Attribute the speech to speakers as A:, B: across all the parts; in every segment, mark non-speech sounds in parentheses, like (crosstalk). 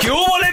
A: ¿Qué hubo, le,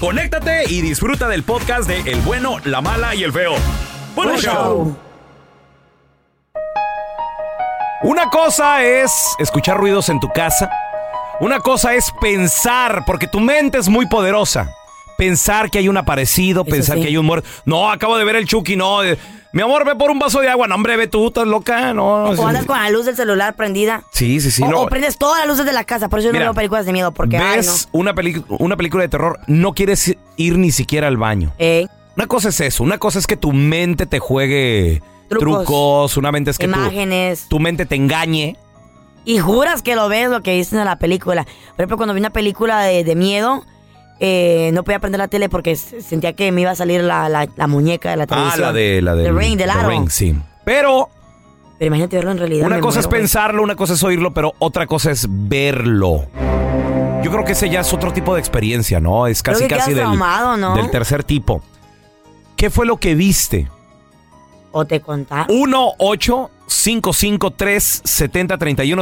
A: conéctate y disfruta del podcast de El bueno, la mala y el feo. Buen
B: Buen
A: show.
B: show.
A: Una cosa es escuchar ruidos en tu casa. Una cosa es pensar, porque tu mente es muy poderosa. Pensar que hay un aparecido, pensar
C: sí.
A: que hay un muerto. No, acabo de ver el Chucky, no. eh, Mi amor, ve por un vaso de agua. No, hombre, ve tú, estás loca. No,
D: O andas con la luz del celular prendida.
A: Sí, sí, sí.
D: o,
A: no.
D: o prendes todas las luces de la casa, por eso yo
A: Mira,
D: no veo películas de miedo, porque ay, no.
A: ves una, peli- una película de terror, no quieres ir ni siquiera al baño. Una cosa es eso, una cosa es que tu mente te juegue trucos,
D: Trucos.
A: una mente es que tu,
D: Imágenes.
A: tu mente te engañe.
D: Y juras que lo ves lo que dicen en la película. Por ejemplo, cuando vi una película de, de miedo, eh, no podía prender la tele porque s- sentía que me iba a salir la, la- la muñeca de la
A: Ah,
D: televisión.
A: la de la de
D: The Ring, del aro.
A: Ring, sí. Pero
D: Pero imagínate verlo en realidad.
A: una
D: me
A: cosa es
D: muero, güey.
A: pensarlo, una cosa es oírlo, pero otra cosa es verlo. Yo creo que ese ya es otro tipo de experiencia, ¿no? Es
D: Creo
A: casi
D: que quedas
A: casi del,
D: traumado, ¿no?
A: del tercer tipo. ¿Qué fue lo que viste?
D: O te contaba.
A: 1 8 553 70 3100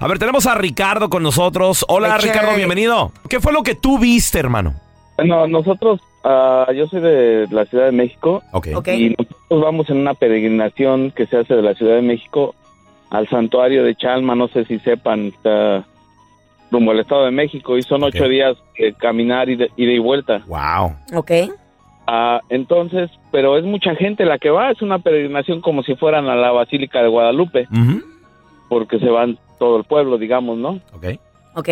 A: A ver, tenemos a Ricardo con nosotros. Hola,
E: Eche.
A: Ricardo, bienvenido. ¿Qué fue lo que tú viste, hermano?
E: Bueno, nosotros, ah, yo soy de la Ciudad de México.
A: Ok.
E: Y nosotros vamos en una peregrinación que se hace de la Ciudad de México al santuario de Chalma, no sé si sepan, está rumbo al Estado de México y son ocho días de caminar y de ida y vuelta. Ah,
A: ¡Wow!
D: Ok.
E: entonces, pero es mucha gente la que va, es una peregrinación como si fueran a la Basílica de Guadalupe, porque se van todo el pueblo, digamos, ¿no?
D: Ok.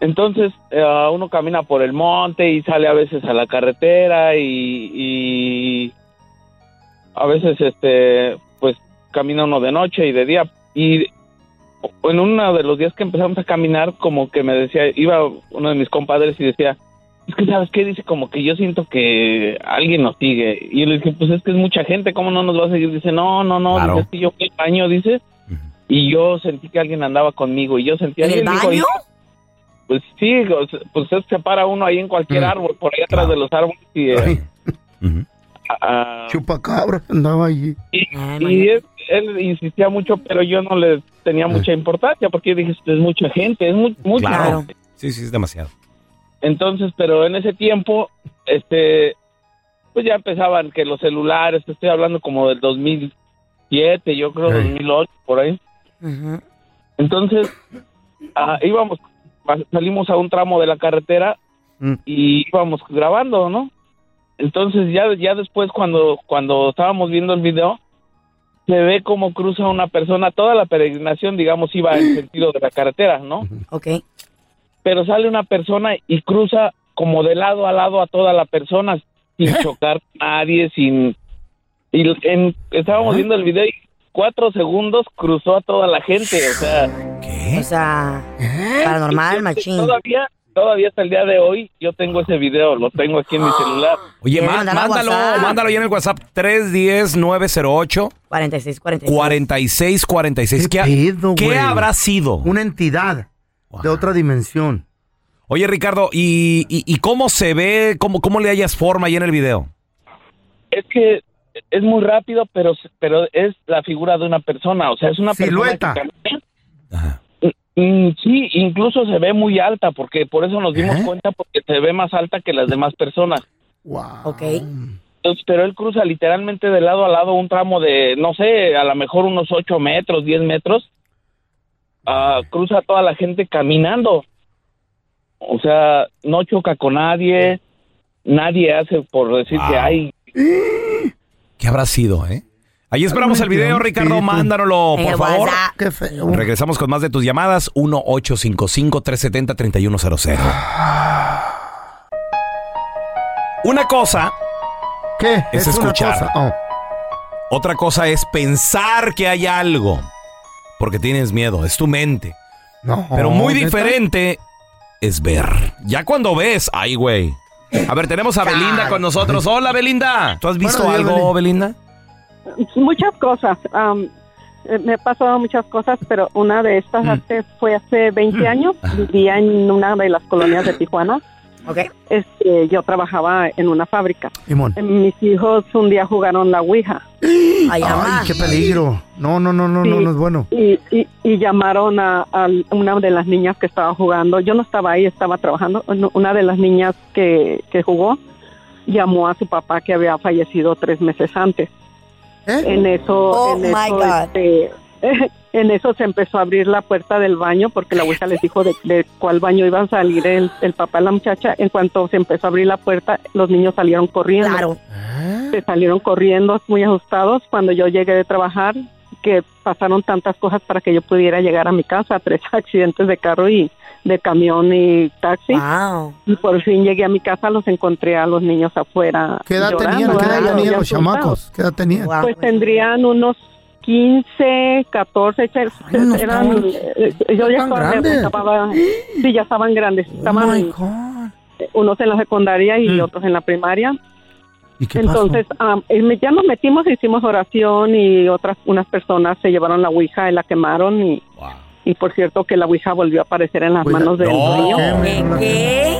E: Entonces eh, uno camina por el monte y sale a veces a la carretera y, y a veces este pues camina uno de noche y de día y en uno de los días que empezamos a caminar como que me decía iba uno de mis compadres y decía es que sabes qué dice como que yo siento que alguien nos sigue y yo le dije pues es que es mucha gente cómo no nos va a seguir dice no no no
A: Claro.
E: dice, "es que yo fui al baño dice y yo sentí que alguien andaba conmigo y yo sentí
D: ¿En el
E: alguien dijo,
D: baño?
E: pues sí, o sea, pues es que se para uno ahí en cualquier árbol, por ahí atrás de los árboles y... eh, ah,
B: Chupacabra, andaba allí.
E: y- y él, él insistía mucho, pero yo no le tenía mucha importancia porque yo dije, "Esto es mucha gente, es mu- mucha gente".
A: Sí, sí, es demasiado.
E: Entonces, pero en ese tiempo, este, pues ya empezaban que los celulares, te estoy hablando como del 2007, yo creo 2008, por ahí. Entonces, ah, íbamos, pa- salimos a un tramo de la carretera y íbamos grabando, ¿no? Entonces ya, ya después cuando, cuando estábamos viendo el video, se ve cómo cruza una persona, toda la peregrinación, digamos, iba en sentido de la carretera, ¿no?
D: Ok.
E: Pero sale una persona y cruza como de lado a lado a toda la persona, sin chocar a nadie, sin... Y en- estábamos viendo el video y cuatro segundos cruzó a toda la gente, o sea...
A: ¿Eh?
D: O sea,
E: (laughs)
D: paranormal, machín.
E: Todavía, todavía hasta el día de hoy yo tengo ese video, lo tengo aquí en mi celular.
A: Oye,
D: Quiero
A: má-
D: Ah. mandar a
A: mándalo,
D: WhatsApp.
A: mándalo ya en el WhatsApp 310-908.
D: 46, 46.
A: 4646
B: ¿Qué
A: ¿Qué, ha-
B: pedo,
A: qué
B: güey?
A: habrá sido?
B: Una entidad
A: Wow.
B: de otra dimensión.
A: Oye, Ricardo, ¿y, y, y cómo se ve? ¿Cómo, ¿Cómo le hallas forma ahí en el video?
E: Es que es muy rápido, pero, pero es la figura de una persona, o sea, es una
B: Silueta.
E: persona... que camina. Mm, Sí, incluso se ve muy alta, porque por eso nos dimos
B: ¿Eh?
E: cuenta, porque se ve más alta que las demás personas.
B: Wow.
D: Ok.
E: Entonces, pero él cruza literalmente de lado a lado un tramo de, no sé, a lo mejor unos 8 metros, 10 metros. Ah, cruza toda la gente caminando. O sea, no choca con nadie. Nadie hace por decir que
A: Wow.
E: hay.
A: ¿Qué habrá sido, eh? Ahí esperamos el video, Ricardo.
B: espíritu.
A: Mándanoslo,
D: En
A: por
D: el
A: favor.
D: WhatsApp.
B: Qué feo.
A: Regresamos con más de tus llamadas. 1-855-370-3100. Una cosa,
B: ¿Qué?
A: Es
B: una
A: escuchar.
B: cosa. Oh.
A: otra cosa es pensar que hay algo. Porque tienes miedo, es tu mente.
B: No.
A: Pero muy
B: ¿neta?
A: diferente es ver. Ya cuando ves, ay, güey. A ver, tenemos a Belinda con nosotros. Hola, Belinda. ¿Tú has visto
B: Buenos días,
A: algo, Belinda?
C: Muchas cosas. am, eh, me ha pasado muchas cosas, pero una de estas
B: Mm.
C: hace- fue hace 20 años. Vivía en una de las colonias de Tijuana.
D: Ok.
C: Este, yo trabajaba en una fábrica.
B: Simón.
C: Eh, Mis hijos un día jugaron la Ouija
D: Ay, mamá.
B: Ay, qué peligro. No, no, no, no, no,
C: Sí.
B: no es bueno.
C: y, y- y llamaron a, a una de las niñas que estaba jugando. Yo no estaba ahí, estaba trabajando. Uno- Una de las niñas que, que jugó llamó a su papá que había fallecido tres meses antes.
B: ¿Eh?
C: En eso,
D: Oh,
C: en,
D: my
C: eso
D: God.
C: este, (laughs) en eso se empezó a abrir la puerta del baño porque la abuela les dijo de, de cuál baño iba a salir el, el papá y la muchacha. En cuanto se empezó a abrir la puerta, los niños salieron corriendo.
D: Claro.
C: Se salieron corriendo muy asustados. Cuando yo llegué de trabajar, que pasaron tantas cosas para que yo pudiera llegar a mi casa, (laughs) tres accidentes de carro y de camión y taxi.
D: Wow.
C: Y por fin llegué a mi casa, los encontré a los niños afuera.
B: ¿Qué edad
C: llorando,
B: tenían? ¿Qué edad
C: ¿verdad?
B: tenían
C: Y
B: los
C: asustados.
B: chamacos? ¿Qué edad tenían?
D: Wow.
C: Pues tendrían unos 15, 14, che-
B: no, no
C: eran,
B: estaban-
C: eh, yo ya
B: no tan
C: estaba,
B: grandes.
C: estaba- sí, ya estaban grandes, estaban
B: Oh my God.
C: eh, unos en la secundaria y
B: Mm.
C: otros en la primaria.
B: ¿Y qué pasó?
C: Entonces, am, eh, me- ya nos metimos, hicimos oración y otras unas personas se llevaron la ouija y la quemaron y, y por cierto que la ouija volvió a aparecer en las
B: Cuida-
C: manos del
A: No.
C: dueño.
D: ¿Qué? qué?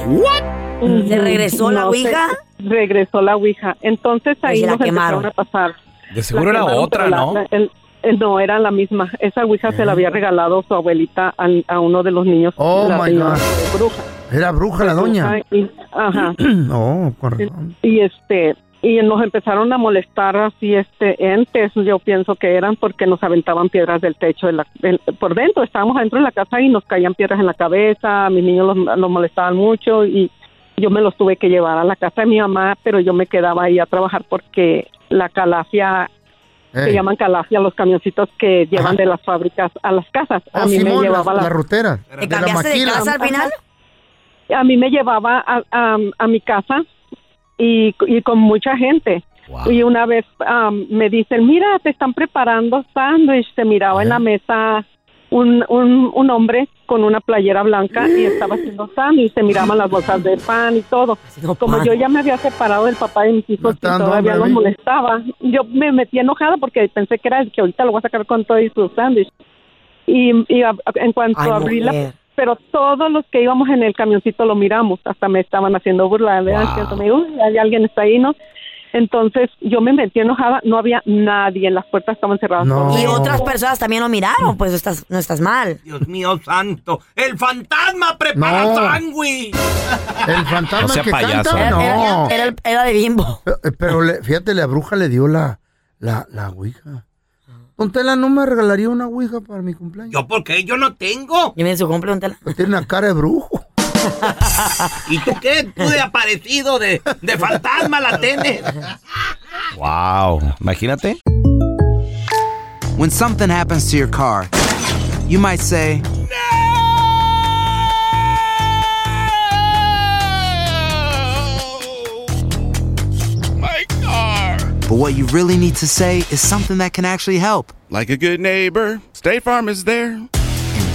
C: Ujú.
D: ¿Se regresó la
C: No, se-
D: ouija? Pues
C: regresó la ouija. Entonces ahí
D: se la
C: nos empezaron
D: quemaron.
C: a pasar
A: De seguro era
C: La quemaron,
A: otra,
C: pero la-
A: ¿no?
C: la- el- el- no, era la misma. Esa ouija se la había regalado su abuelita al- a, uno de los niños.
B: Oh,
C: la
B: my
C: señora
B: God.
C: Bruja.
B: Era bruja la doña.
C: Y, ajá.
B: (clears throat) No, con razón.
C: Y este y nos empezaron a molestar así este entes yo pienso que eran porque nos aventaban piedras del techo de la- del- por dentro estábamos adentro de la casa y nos caían piedras en la cabeza a mis niños los, los molestaban mucho y yo me los tuve que llevar a la casa de mi mamá pero yo me quedaba ahí a trabajar porque la calafia se
B: Eh.
C: llaman calafia los camioncitos que llevan
B: Ajá.
C: de las fábricas a las casas. A
B: Oh,
C: mí
B: Simón, la,
C: me llevaba la-
B: la rutera.
D: ¿Te
B: de la
D: cambiaste de
B: maquila.
D: casa al final?
C: a mí me llevaba a, a- a mi casa y, y con mucha gente. Y una vez am, me dicen, mira, te están preparando sándwich. Se miraba en la mesa un, un, un hombre con una playera blanca y estaba haciendo sándwich. Se miraban las bolsas de pan y todo.
D: Haciendo
C: Como
D: pan.
C: yo ya me había separado del papá de mis hijos
B: Matando
C: y todavía
B: hambre,
C: los
B: amigo.
C: molestaba, yo me metí enojada porque pensé que era el que ahorita lo voy a sacar con todo y su sándwich. Y, y a- a- en cuanto
D: Ay,
C: abrí la
D: mujer.
C: pero todos los que íbamos en el camioncito lo miramos, hasta me estaban haciendo burla, de
A: Wow.
C: "Ay, me- uy, hay alguien está ahí, ¿no? Entonces yo me metí enojada, no había nadie, las puertas estaban cerradas.
B: No.
C: por-
D: Y otras personas también lo miraron, pues estás, no estás mal.
F: Dios mío santo, el fantasma prepara
B: No.
F: sándwich.
B: El fantasma
A: No sea
B: que
A: payaso.
B: canta,
D: Era,
B: no.
D: era- era el- era de bimbo.
B: Eh, Pero le- fíjate, la bruja le dio la, la, la ouija. Don Tela, ¿no me regalaría una ouija para mi cumpleaños?
F: Yo porque yo no tengo.
D: Yo me en su compra, pregúntale.
B: Pues tiene una cara de brujo.
F: ¿Y tú qué? Tú de aparecido, de, de fantasma la tienes.
A: Wow. Imagínate.
G: When something happens to your car, you might say,
F: My car.
G: but what you really need to say is something that can actually help.
H: Like a good neighbor, State Farm is there.
G: And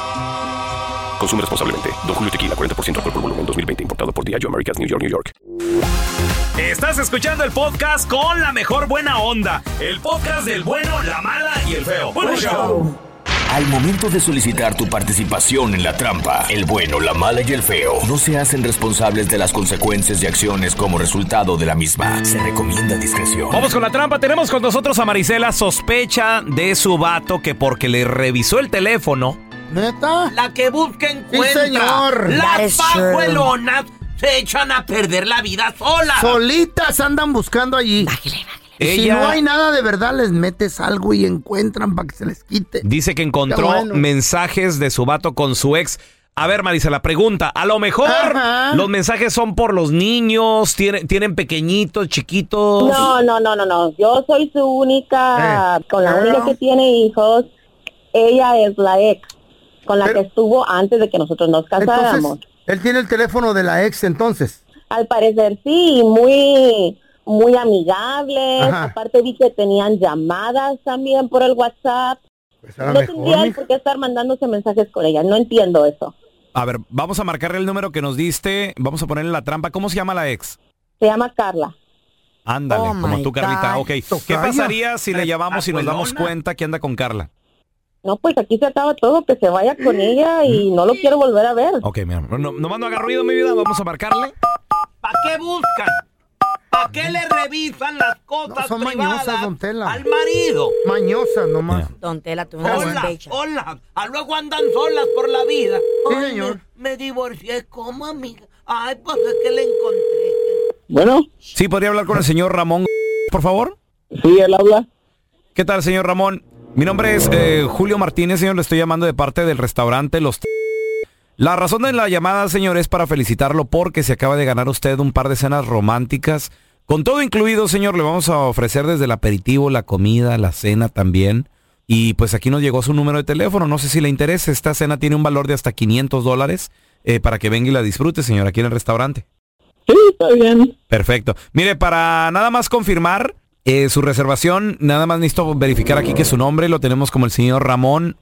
I: Consume responsablemente. Don Julio Tequila, 40% alcohol por volumen, 2020. Importado por Diageo Americas, New York, New York.
A: Estás escuchando el podcast con la mejor buena onda. El podcast del bueno, la mala y el feo. ¡Buen show!
I: Al momento de solicitar tu participación en la trampa, el bueno, la mala y el feo no se hacen responsables de las consecuencias y acciones como resultado de la misma. Se recomienda discreción.
A: Vamos con la trampa. Tenemos con nosotros a Marisela, sospecha de su vato que porque le revisó el teléfono,
B: ¿Neta?
F: La que busca encuentra.
B: Sí, señor.
F: Las
B: That is
F: pajuelonas se echan a perder la vida sola.
B: Solitas andan buscando allí. Y Si
A: Ella-
B: no hay nada de verdad, les metes algo y encuentran para que se les quite.
A: dice que encontró
B: Qué bueno.
A: mensajes de su vato con su ex. A ver, Marisela, pregunta. A lo mejor
J: Ajá.
A: los mensajes son por los niños, tienen, tienen pequeñitos, chiquitos.
J: No, no, no, no, no. Yo soy su única,
B: Eh.
J: con la única que tiene hijos. Ella es la ex, con la que estuvo antes de que nosotros nos casáramos.
B: Entonces, él tiene el teléfono de la ex entonces.
J: Al parecer sí, muy, muy amigables.
B: Ajá.
J: Aparte vi que tenían llamadas también por el WhatsApp.
B: a lo
J: no
B: mejor,
J: tendrían por qué estar mandándose mensajes con ella. No entiendo eso.
A: A ver, vamos a marcarle el número que nos diste. Vamos a ponerle la trampa. ¿Cómo se llama la ex?
J: Se llama Carla.
A: Ándale,
J: Oh,
A: como
J: my
A: tú, Carlita.
J: God.
A: Ok. ¿Qué
J: Tocaya.
A: pasaría si le llamamos y nos damos cuenta que anda con Carla?
J: No, pues aquí se acaba todo, que se vaya
B: (gasps)
J: con ella y no lo quiero volver a ver.
A: Ok, mi amor. No, nomás no haga ruido, mi vida. Vamos a marcarle.
F: ¿Para qué buscan? ¿Para qué le revisan las cosas
B: Son
F: privadas
B: mañosas, don Tela.
F: al marido?
B: Mañosas nomás.
D: Don Tela, tú una
F: Hola,
D: sospecha.
F: hola. A luego andan solas por la vida.
B: Sí,
F: Ay,
B: señor.
F: Me, me divorcié, ¿cómo, amiga? Ay, pues es que le encontré.
A: Bueno. Sí, podría hablar con el señor Ramón, por favor.
K: Sí, él habla.
A: ¿Qué tal, señor Ramón? Mi nombre es eh, Julio Martínez, señor. Le estoy llamando de parte del restaurante Los. T- La razón de la llamada, señor, es para felicitarlo porque se acaba de ganar usted un par de cenas románticas. Con todo incluido, señor, le vamos a ofrecer desde el aperitivo, la comida, la cena también. Y pues aquí nos llegó su número de teléfono. No sé si le interesa. Esta cena tiene un valor de hasta 500 dólares eh, para que venga y la disfrute, señor, aquí en el restaurante.
K: Sí, está bien.
A: Perfecto. Mire, para nada más confirmar eh, su reservación, nada más necesito verificar aquí que su nombre lo tenemos como el señor Ramón.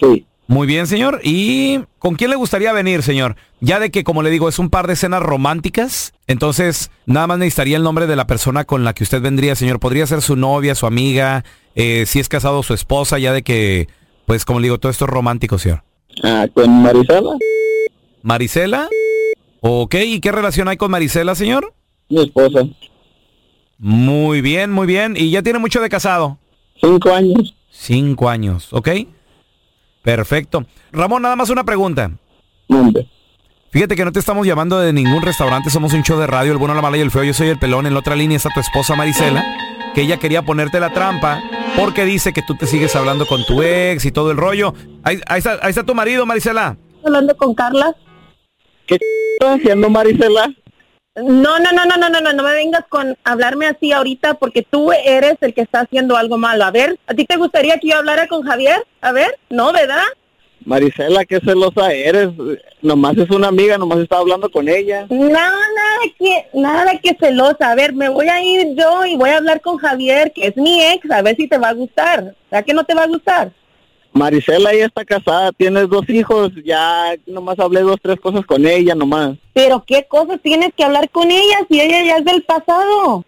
K: Sí.
A: Muy bien, señor. ¿Y con quién le gustaría venir, señor? Ya de que, como le digo, es un par de cenas románticas, entonces nada más necesitaría el nombre de la persona con la que usted vendría, señor. Podría ser su novia, su amiga, eh, si es casado, su esposa, ya de que, pues, como le digo, todo esto es romántico, señor.
K: Ah, con Marisela,
A: ¿Marisela? Ok, ¿y qué relación hay con Marisela, señor?
K: mi esposa.
A: Muy bien, muy bien. ¿Y ya tiene mucho de casado?
K: Cinco años.
A: Cinco años, ¿ok? Perfecto. Ramón, nada más una pregunta.
K: Mande.
A: Fíjate que no te estamos llamando de ningún restaurante, somos un show de radio, el bueno, la mala y el feo. Yo soy el pelón, en la otra línea está tu esposa Marisela, que ella quería ponerte la trampa porque dice que tú te sigues hablando con tu ex y todo el rollo. Ahí, ahí está, ahí está tu marido, Marisela.
J: hablando con Carla?
K: ¿Qué está haciendo Marisela?
J: No, no, no, no, no, no, no, no me vengas con hablarme así ahorita porque tú eres el que está haciendo algo malo. A ver, ¿a ti te gustaría que yo hablara con Javier? A ver, no, ¿verdad?
K: Marisela, qué celosa eres. Nomás es una amiga, nomás está hablando con ella.
J: No, nada que, nada que celosa. A ver, me voy a ir yo y voy a hablar con Javier, que es mi ex, a ver si te va a gustar. ¿Verdad que no te va a gustar?
K: Marisela ya está casada, tienes dos hijos, ya nomás hablé dos, tres cosas con ella nomás.
J: Pero qué cosas tienes que hablar con ella si ella ya es del pasado.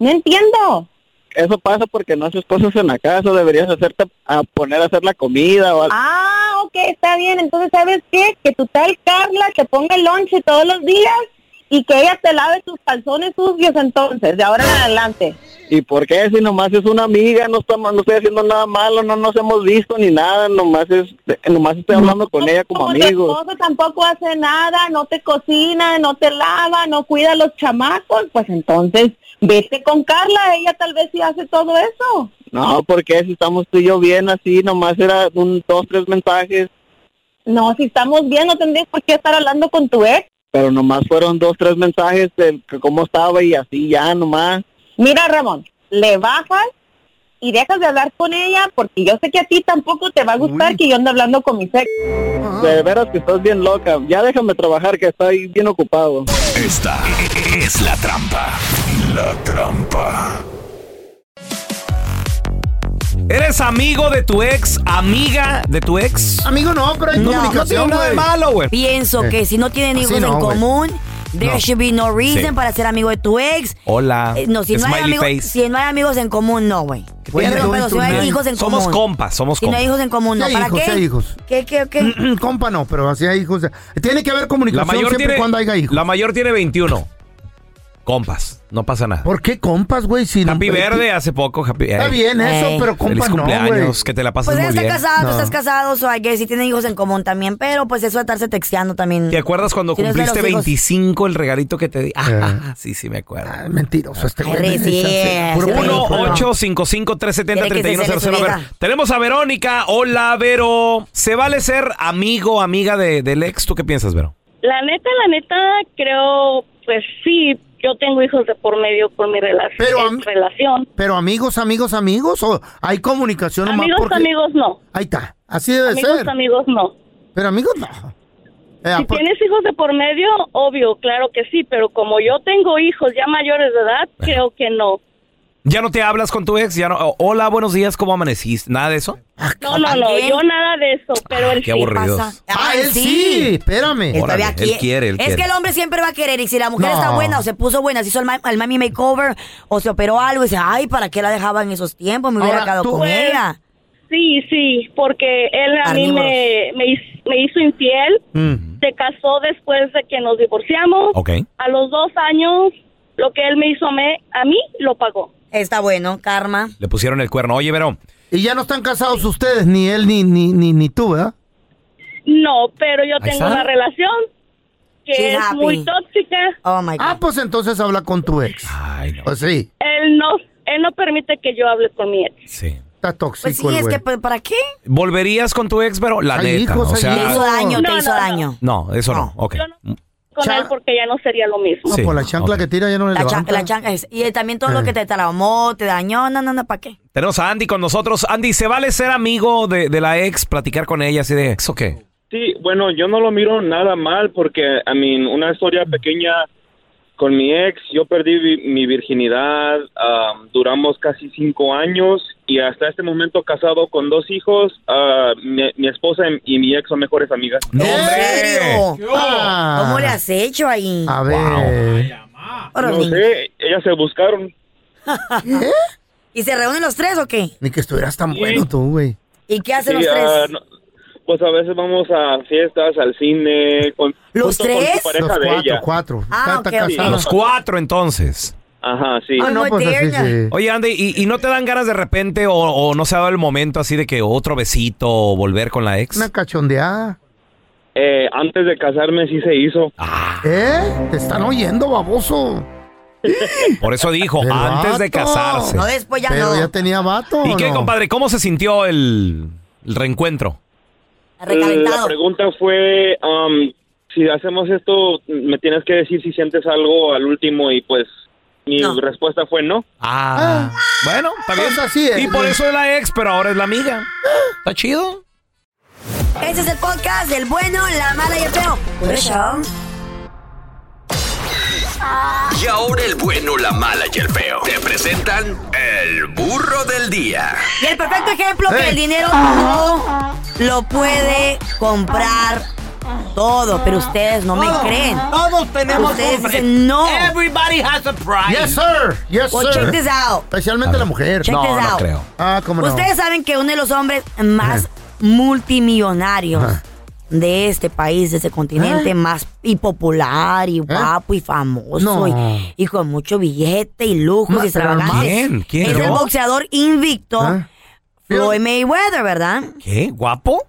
J: No entiendo.
K: Eso pasa porque no haces cosas en la casa, deberías hacerte a poner a hacer la comida o algo.
J: Ah, ok, está bien. Entonces, ¿sabes qué? Que tu tal Carla te ponga el lonche todos los días y que ella te lave tus calzones sucios entonces, de ahora en adelante.
K: ¿Y por qué? Si nomás es una amiga, no estamos, no estoy haciendo nada malo, no nos hemos visto ni nada, nomás es, nomás estoy hablando con ella como
J: Tu
K: amigos.
J: esposo tampoco hace nada, no te cocina, no te lava, no cuida a los chamacos. Pues entonces, vete con Carla, ella tal vez sí hace todo eso.
K: No, porque si estamos tú y yo bien así, nomás era un, dos, tres mensajes,
J: No, si estamos bien, no tendrías por qué estar hablando con tu ex.
K: pero nomás fueron dos, tres mensajes de que cómo estaba y así ya nomás.
J: Mira, Ramón, le bajas y dejas de hablar con ella porque yo sé que a ti tampoco te va a gustar que yo ande hablando con mi ex.
K: De veras que estás bien loca, ya déjame trabajar que estoy bien ocupado.
I: Esta es la trampa. La trampa.
A: ¿Eres amigo de tu ex, amiga de tu ex?
B: Amigo no, pero hay
A: No,
B: comunicación,
A: no tiene nada de
B: güey.
A: malo, güey.
D: Pienso
A: Eh.
D: que si no tienen
A: Así
D: hijos
A: no,
D: en
A: güey.
D: común, there
A: No.
D: should be no reason
A: Sí.
D: para ser amigo de tu ex.
A: Hola.
D: Eh, No, si no, hay
A: Smiley
D: amigos,
A: face.
D: si no hay amigos en común, no, güey.
A: tiene
D: Pero,
A: tú
D: pero
A: y
D: si
A: tú,
D: no hay
A: man?
D: hijos en
A: Somos
D: común.
A: compas, somos
D: Si no hay
A: compas.
D: hijos en común, no.
B: Sí hay
D: ¿Para
B: hijos, sí
D: qué?
B: hay hijos.
D: ¿Qué, qué, qué?
B: (clears throat) Compa no, pero así hay hijos. Tiene que haber comunicación siempre y cuando haya hijos.
A: La mayor tiene 21. Compas, no pasa nada.
B: ¿Por qué compas, güey? Si no-
A: Happy Verde hace poco, Happy.
B: Está
A: Ey.
B: bien eso,
A: Ey.
B: pero compas
A: Feliz
B: no,
A: cumpleaños,
B: güey.
A: que te la pases
D: Pues ella
A: muy
D: está
A: bien.
D: casada, tú estás casado, so I guess sí tienen hijos en común también, pero pues eso de estarse texteando también.
A: ¿Te acuerdas cuando
D: Si no es de los
A: cumpliste
D: hijos.
A: 25 el regalito que te di? Ah, (laughs) sí, sí, me acuerdo.
B: Eh. mentiroso este güey.
D: Ay, sí, es,
B: Puro-
D: sí.
A: 1-855-370-3100. A ver,
D: vieja.
A: Tenemos a Verónica. Hola, Vero. ¿Se vale ser amigo o amiga de, del ex? ¿Tú qué piensas, Vero?
L: La neta, la neta, creo, pues sí, yo tengo hijos de por medio por mi rela- ex relación.
B: Pero amigos, amigos, amigos, o hay comunicación nomás
L: Amigos,
B: porque-
L: amigos, no.
B: Ahí está, así debe
L: amigos,
B: ser.
L: amigos, no.
B: Pero amigos no. Eh,
L: Si
B: apar-
L: tienes hijos de por medio, obvio, claro que sí, pero como yo tengo hijos ya mayores de edad, creo que no.
A: ¿Ya no te hablas con tu ex? ¿Ya no? oh, Hola, buenos días, ¿cómo amaneciste? ¿Nada de eso?
L: No, no, no, yo nada de eso, pero
A: Ah,
L: él
A: qué
L: sí
A: aburridos.
L: pasa.
B: Ah, él sí. espérame.
A: Él todavía Órale, él
D: qui-
A: quiere, él
D: es
A: quiere.
D: que el hombre siempre va a querer. Y si la mujer
A: No.
D: está buena o se puso buena, se hizo el, ma- el mami makeover o se operó algo, y dice, ay, ¿para qué la dejaba en esos tiempos? Me hubiera
L: Ahora,
D: quedado
L: tú-
D: con
L: Pues,
D: ella.
L: Sí, sí, porque él a mí
D: Carnívoros.
L: me, me hiz- me hizo infiel,
B: Mm.
L: se casó después de que nos divorciamos.
A: Ok.
L: A los dos años, lo que él me hizo a me- a mí, lo pagó.
D: Está bueno, karma.
A: Le pusieron el cuerno. Oye, Vero.
B: Y ya no están casados ustedes, ni él, ni, ni, ni, ni tú, ¿verdad?
L: No, pero yo
B: Ahí
L: tengo
B: está.
L: una relación que
B: She's
L: es
B: happy.
L: muy tóxica.
D: Oh
B: Ah, pues entonces habla con tu ex. Ay, no. Pues sí,
L: Él no, él no permite que yo hable con mi ex.
A: Sí.
B: está tóxico
L: sí,
B: el
L: es
B: güey.
L: que-
D: Pero, ¿Para qué?
A: ¿Volverías con tu ex, Vero? La
B: Hay
A: neta.
B: hijos,
A: o
B: hay
A: sea,
D: Te hizo daño,
L: No,
D: te hizo
L: no, no.
D: daño.
A: No, eso no. Ok.
L: Con él porque ya no sería lo mismo.
B: No,
A: Sí,
B: por la chancla que tira ya no le
D: La, cha-
B: levanta. Eh.
D: la chanca es- Y también todo lo que te traumó, te dañó, no, no, no, ¿para qué?
A: Tenemos a Andy con nosotros. Andy, ¿se vale ser amigo de, de la ex, platicar con ella así de ex o qué?
M: Sí, bueno, yo no lo miro nada mal porque, a mí, una historia pequeña con mi ex, yo perdí vi- mi virginidad, ah, duramos casi cinco años y hasta este momento casado con dos hijos, ah, mi, mi esposa y mi ex son mejores amigas.
D: serio? Oh, ¿Cómo le has hecho ahí?
B: A ver.
M: No sé, ellas se buscaron.
D: (laughs) ¿Y se reúnen los tres o qué?
B: Ni que estuvieras tan bueno tú, güey.
D: ¿Y qué hacen los
M: Sí,
D: tres?
M: ah, no, pues a veces vamos a fiestas, al cine, con,
D: ¿Los
M: junto con su
D: tres?
M: pareja
A: Los
M: de
A: cuatro,
M: ella.
B: cuatro.
D: Ah, ok, ok.
A: Los cuatro, entonces.
M: Ajá, sí.
D: Ah, no, Muy pues, así moderna. sí.
A: Oye, Andy, ¿y, y no te dan ganas de repente o, o no se ha dado el momento así de que otro besito o volver con la ex?
B: Una cachondeada.
M: Eh, antes de casarme sí se hizo.
A: Ah,
B: ¿Eh? Te están oyendo, baboso.
A: Por eso dijo, antes de casarse.
D: después ya
B: Pero
D: no.
B: ya tenía vato.
A: ¿Y qué,
B: ¿no?
A: compadre? ¿Cómo se sintió el, el reencuentro?
M: La pregunta fue, um, si hacemos esto, me tienes que decir si sientes algo al último y pues mi respuesta fue no.
A: Ah. Bueno, está bien. Y por eso es la ex, pero ahora es la amiga. ¿Está chido?
D: Este es el podcast del bueno, la mala y el feo. Por eso.
I: Y ahora el bueno, la mala y el feo te presentan el burro del día.
D: Y el perfecto ejemplo que
I: Ey.
D: el dinero no lo puede comprar todo, pero ustedes no me
F: Todos,
D: creen.
F: Todos tenemos
D: ustedes
F: un pre-
D: dicen no.
F: Everybody has a price.
B: Yes, sir. Yes,
D: Well,
B: sir.
D: check this out.
B: Especialmente la mujer.
D: Check No, this no out. creo.
B: Ah, cómo no.
D: Ustedes saben que uno de los hombres más multimillonarios de este país, de este continente,
B: ¿Eh?
D: más y popular y guapo y famoso
B: No.
D: y, y con mucho billete y lujos
B: Ma-
D: y
B: pero
D: extravagantes.
A: ¿quién? ¿Quién?
D: Es
A: ¿Yo?
D: el boxeador invicto
B: ¿Ah?
D: Floyd Mayweather, ¿verdad?
A: ¿Qué? ¿Guapo?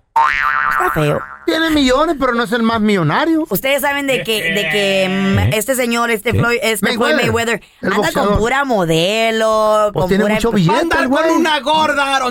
D: Está feo.
B: Tiene millones, pero no es el más millonario.
D: Ustedes saben de que, de que mm,
B: ¿Eh?
D: este señor, este
B: ¿Qué?
D: Floyd, este Floyd
B: Mayweather,
D: Mayweather,
B: el
D: anda
B: boxeador.
D: con pura modelo,
B: Pues
D: con
B: tiene
D: pura
B: mucho billete,
D: Anda
B: el
D: con
B: güey.
D: una gorda,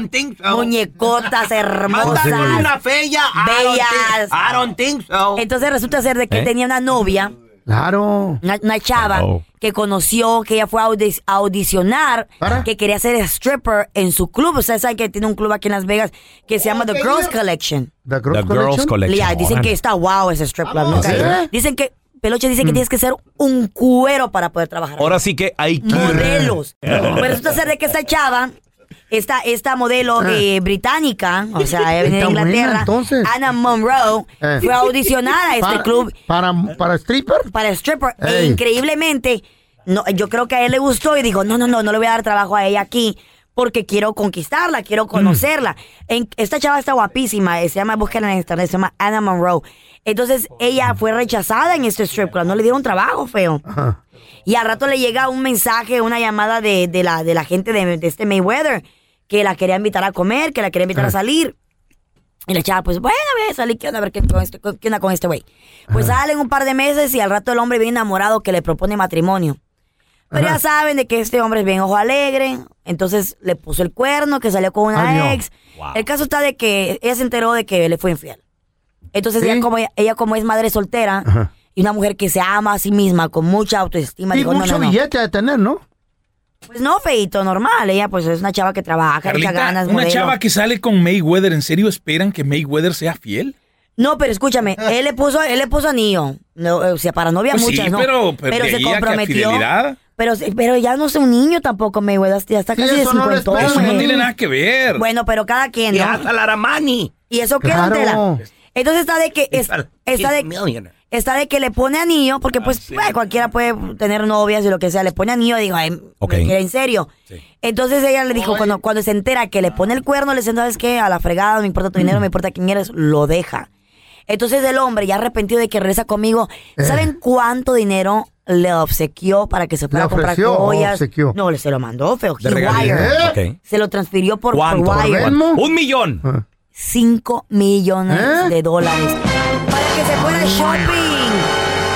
D: Muñecotas hermosas.
F: Anda con una fea. I don't
D: bellas.
F: think- I don't think so.
D: Entonces resulta ser de que
F: ¿Eh?
D: tenía una novia,
B: Claro.
D: una, una chava
B: Oh.
D: que conoció, que ella fue a audi- a audicionar, que quería ser stripper en su club. Ustedes saben que tiene un club aquí en Las Vegas que se llama The Girls Collection.
B: The Girls
A: The Girls Collection.
D: Ya, dicen que
A: Órale.
D: está wow ese strip club.
A: Vamos,
D: nunca he ido.
A: ¿eh?
D: Dicen que, Peluche dice que
A: Mm.
D: tienes que ser un cuero para poder trabajar.
A: Ahora sí que hay que...
D: Modelos.
A: (laughs)
D: Pero resulta ser de que esta chava, esta, esta modelo
A: Ah.
D: eh, británica, o sea, eh, de
B: Está buena,
D: Inglaterra,
B: entonces.
D: Anna Monroe,
B: Eh.
D: fue a audicionar a este
B: Para-
D: club.
B: Para, para stripper.
D: Para stripper. E
B: Ey.
D: increíblemente, no, yo creo que a él le gustó y dijo, no, no, no, no le voy a dar trabajo a ella aquí porque quiero conquistarla,
B: Mm.
D: quiero conocerla. En- esta chava está guapísima, eh, se llama, búsquenla en internet, se llama Anna Monroe. Entonces, ella fue rechazada en este strip club, no le dieron trabajo, feo.
B: Ah.
D: Y al rato le llega un mensaje, una llamada de, de la, de la gente de, de este Mayweather, que la quería invitar a comer, que la quería invitar a salir. Y la chava, pues, bueno, voy a salir, ¿qué onda? A ver, ¿qué, con este- con- qué onda con este güey? Pues salen un par de meses y al rato el hombre bien enamorado que le propone matrimonio. Pero ya saben de que este hombre es bien ojo alegre, entonces le puso el cuerno, que salió con una
N: Ay, no.
D: ex. El caso está de que ella se enteró de que le fue infiel. Entonces ella, como, ella como es madre soltera
B: Ajá.
D: y una mujer que se ama a sí misma con mucha autoestima.
B: Y
D: dijo, no,
B: mucho
D: no, no.
B: billete de tener, ¿no?
D: Pues no, feito, normal. Ella pues es una chava que trabaja, le
O: Carlita,
D: echa ganas,
O: una
D: modelo.
O: chava que sale con Mayweather, ¿en serio esperan que Mayweather sea fiel?
D: No,
O: (laughs)
D: pero escúchame, él le puso, él le puso anillo. No, o sea, para novia
O: Pues sí,
D: muchas, ¿no?
O: pero- pero de
D: se
O: ahí a que a
D: comprometió.
O: fidelidad.
D: Pero, se- pero ya no es un niño tampoco, me Ya está casi de 50.
O: Eso no tiene nada que ver.
D: Bueno, pero cada quien,
O: Y
D: ¿no?
O: hasta
D: la Aramani. ¿Y eso qué, don
O: Claro.
D: Tela? Entonces está de que... es- está de...
F: millionaire.
D: Está de que le pone anillo, porque pues eh, cualquiera puede tener novias y lo que sea, le pone anillo, digo, ay, me
A: Ok.
D: quiere en serio. Entonces ella le dijo, cuando, cuando se entera que le pone el cuerno, le dice, ¿sabes qué? A la fregada, no me importa tu dinero, no me importa quién eres, lo deja. Entonces el hombre, ya arrepentido de que regresa conmigo,
B: Eh.
D: ¿saben cuánto dinero le obsequió para que se fuera
B: ¿Le
D: a comprar
B: ofreció o
D: joyas?
B: obsequió?
D: No, le- se lo mandó, feo.
B: ¿De
D: He
B: regalías?
D: wire.
B: ¿Eh?
D: Se lo transfirió por, por
B: ¿Cuánto? ¿Por
D: wire.
B: Venmo?
A: Un millón.
B: Ah.
D: 5 millones
B: ¿Eh?
D: de dólares. Para que se fuera shopping.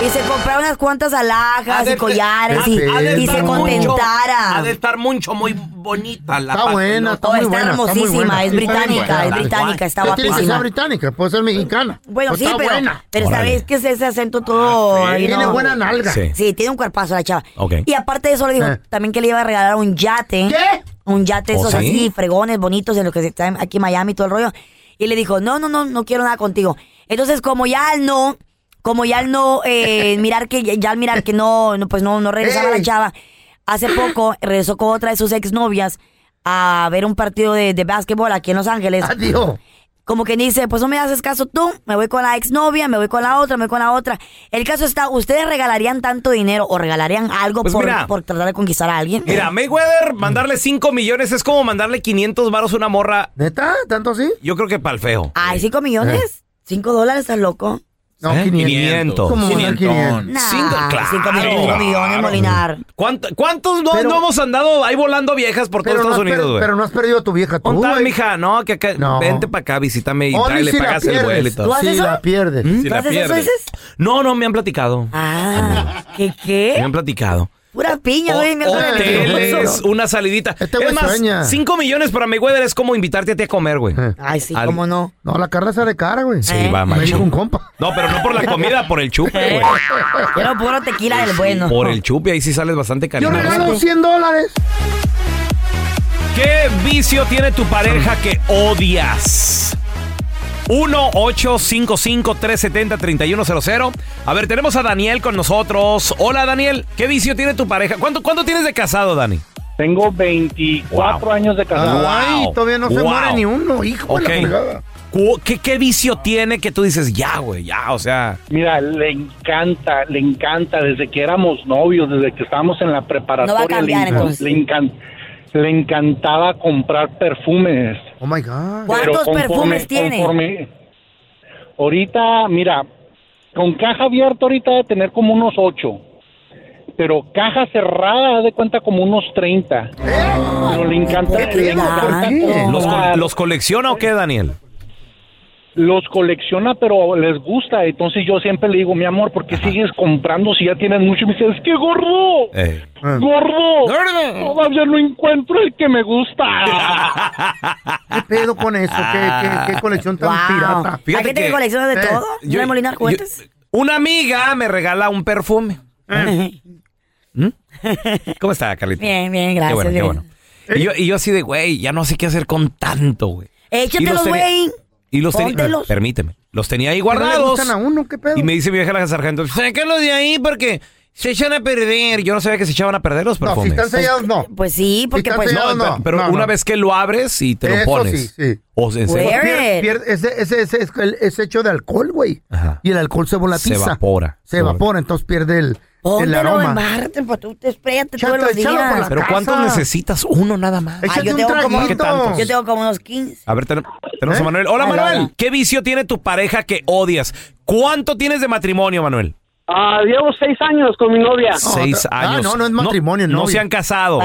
D: Y se comprara unas cuantas
F: Ha
D: alhajas
B: eh,
F: de-
D: y collares y,
F: ha de
D: y
F: estar
D: se
F: mucho- Ha
D: contentara. Oh,
F: de estar mucho, muy bonita la
B: Está
F: parte,
B: buena,
F: ¿no?
B: está muy buena. está muy
D: hermosísima,
B: buena.
D: es
B: Sí, está bien
D: británica,
B: buena.
D: es británica, está
B: No Tiene que
D: guapísima.
B: ser británica, puede ser mexicana.
D: Bueno,
B: Pues
D: sí,
B: está
D: pero,
B: buena.
D: pero esta
B: Órale.
D: vez que es ese acento todo.
B: Ah, sí.
D: ahí,
B: Tiene
D: ¿no?
B: buena nalga.
D: Sí.
B: Sí.
D: tiene un cuerpazo la chava.
B: Ok.
D: Y aparte de eso, le dijo
B: Eh.
D: también que le iba a regalar un yate. Un yate,
B: ¿Oh,
D: esos
B: sí?
D: así, fregones, bonitos, en los que se están aquí en Miami y todo el rollo. Y le dijo, no, no, no, no quiero nada contigo. Entonces, como ya él no, como ya él no, eh, (laughs) mirar que, ya al mirar que no, no, pues no, no regresaba la chava, hace poco regresó con otra de sus exnovias a ver un partido de, de básquetbol aquí en Los Ángeles.
A: Ah,
B: Adiós.
D: Como que dice, pues no me haces caso tú, me voy con la exnovia, me voy con la otra, me voy con la otra. El caso está, ¿ustedes regalarían tanto dinero o regalarían algo
A: Pues
D: por,
A: mira.
D: por tratar de conquistar a alguien?
A: Mira, Mayweather, mandarle 5 millones es como mandarle 500 varos a una morra.
B: ¿Neta? ¿Tanto así?
A: Yo creo que para el feo.
D: Ay, ¿cinco millones? ¿Cinco dólares? ¿Estás loco?
B: No,
A: ¿Eh?
B: 500.
A: 500.
B: ¿Cómo van a
A: 500.
D: Nah,
A: Cinco, claro.
D: cinco millones,
A: Claro.
D: millones, Molinar.
A: ¿Cuánto- ¿Cuántos no,
B: Pero-
A: no hemos andado ahí volando viejas por todo
B: Pero no,
A: Estados
B: has per-
A: Unidos, güey?
B: pero no has perdido a tu vieja tú,
A: ¿Dónde,
B: güey.
A: mija? No, que acá, vente para acá, visítame y
B: Only
A: trae, le
B: si la
A: pagas el vuelo y
B: pierdes.
A: todo.
B: ¿Tú haces Si eso? la pierdes.
A: ¿Mm?
B: ¿Tú haces eso, dices?
A: No, no, me han platicado.
D: Ah, ¿qué
A: Me
D: qué?
A: han platicado.
D: Pura piña,
A: Oh,
D: güey. me acuerdo de mi
A: Hoteles,
D: esposo.
A: una salidita.
B: este güey
A: es
B: sueña. Eh.
A: más, 5 millones para Mayweather es como invitarte a ti a comer, güey.
D: Ay, sí,
A: Al-
D: cómo no.
B: No, la Carla sale cara, güey.
A: Sí, va,
B: Me
A: macho.
B: dijo un compa.
A: No, pero no por la comida, por el chupe, güey.
D: Quiero puro Eh, tequila del bueno.
A: Por el chupe, ahí sí sales bastante
B: Yo
A: cariñoso.
B: regalo 100 dólares.
A: ¿Qué vicio tiene tu pareja que odias? 1-855-370-3100. A ver, tenemos a Daniel con nosotros. Hola, Daniel. ¿Qué vicio tiene tu pareja? ¿Cuánto, cuánto tienes de casado, Dani?
E: Tengo 24 años de casado.
B: Ay, todavía no se
A: Wow.
B: muere ni uno, hijo de la
A: Ok.
B: fregada.
A: Cu- ¿Qué, ¿Qué vicio tiene que tú dices, ya, güey, ya, o sea...
E: Mira, le encanta, le encanta, desde que éramos novios, desde que estábamos en la preparatoria,
B: No va a cambiar,
E: le,
B: entonces.
E: le encan- le encantaba comprar perfumes.
B: Oh my God.
E: Pero conforme- conforme- ahorita, mira, con caja abierta ahorita de tener como unos ocho, pero caja cerrada haz de cuenta como unos 30.
B: ¿Eh?
E: Pero le encanta, le encanta comprar.
A: ¿Los, col- los colecciona o qué, Daniel?
E: los colecciona, pero les gusta. Entonces yo siempre le digo, mi amor, ¿por qué sigues comprando si ya tienes mucho? Y me dice, es que gordo,
N: Eh.
A: Eh.
G: Ah.
E: gordo, todavía no encuentro el que me gusta.
B: ¿Qué pedo con eso? ¿Qué, qué, qué colección tan pirata?
A: Fíjate que- Eh, yo- yo- Una amiga me regala un perfume. ¿Mm? ¿Cómo está, Carlita?
D: Ah. Bien, bien, gracias.
A: Qué bueno, qué
D: bien.
A: bueno. Y yo, y yo así de, güey, ya no sé qué hacer con tanto, güey. Y
D: Échatelos,
A: los tenía-
D: güey.
A: Y los tenía...
D: Póntelos.
A: Permíteme. Los tenía ahí
B: Pero le
A: guardados.
B: gustan a uno, ¿qué pedo?
A: Y me dice mi vieja la sargento, sácalos de ahí porque se echan a perder. Yo no sabía que se echaban a perder los perfumes.
B: no.
D: Pues sí, porque
B: están
D: pues
B: sellados,
A: No, pero una vez que lo abres y te lo
B: Eso
A: pones.
B: sí,
A: O sea, en serio.
B: Pier- pierde- ese, ese, ese es el- es hecho de alcohol, güey. Y el alcohol se volatiza.
A: Se evapora.
B: Se evapora, entonces pierde el, el
D: Póntelo en
B: aroma.
D: Barton, pues tú te espréate todos los
B: échalo por
D: días.
B: la Pero ¿cuántos casa.
A: necesitas? Uno nada más.
D: Ah,
A: Échate
D: yo,
A: un
D: tengo como,
A: traguito. ¿Qué tantos?
D: yo tengo como unos 15.
A: A ver, ten- tenemos
B: ¿Eh?
A: a Manuel. Hola,
D: Hola,
A: Manuel.
D: hola.
A: ¿Qué vicio tiene tu pareja que odias? ¿Cuánto tienes de matrimonio, Manuel?
N: Ah, llevo seis años con mi novia.
A: Seis
B: Ah,
A: años. No, se han casado.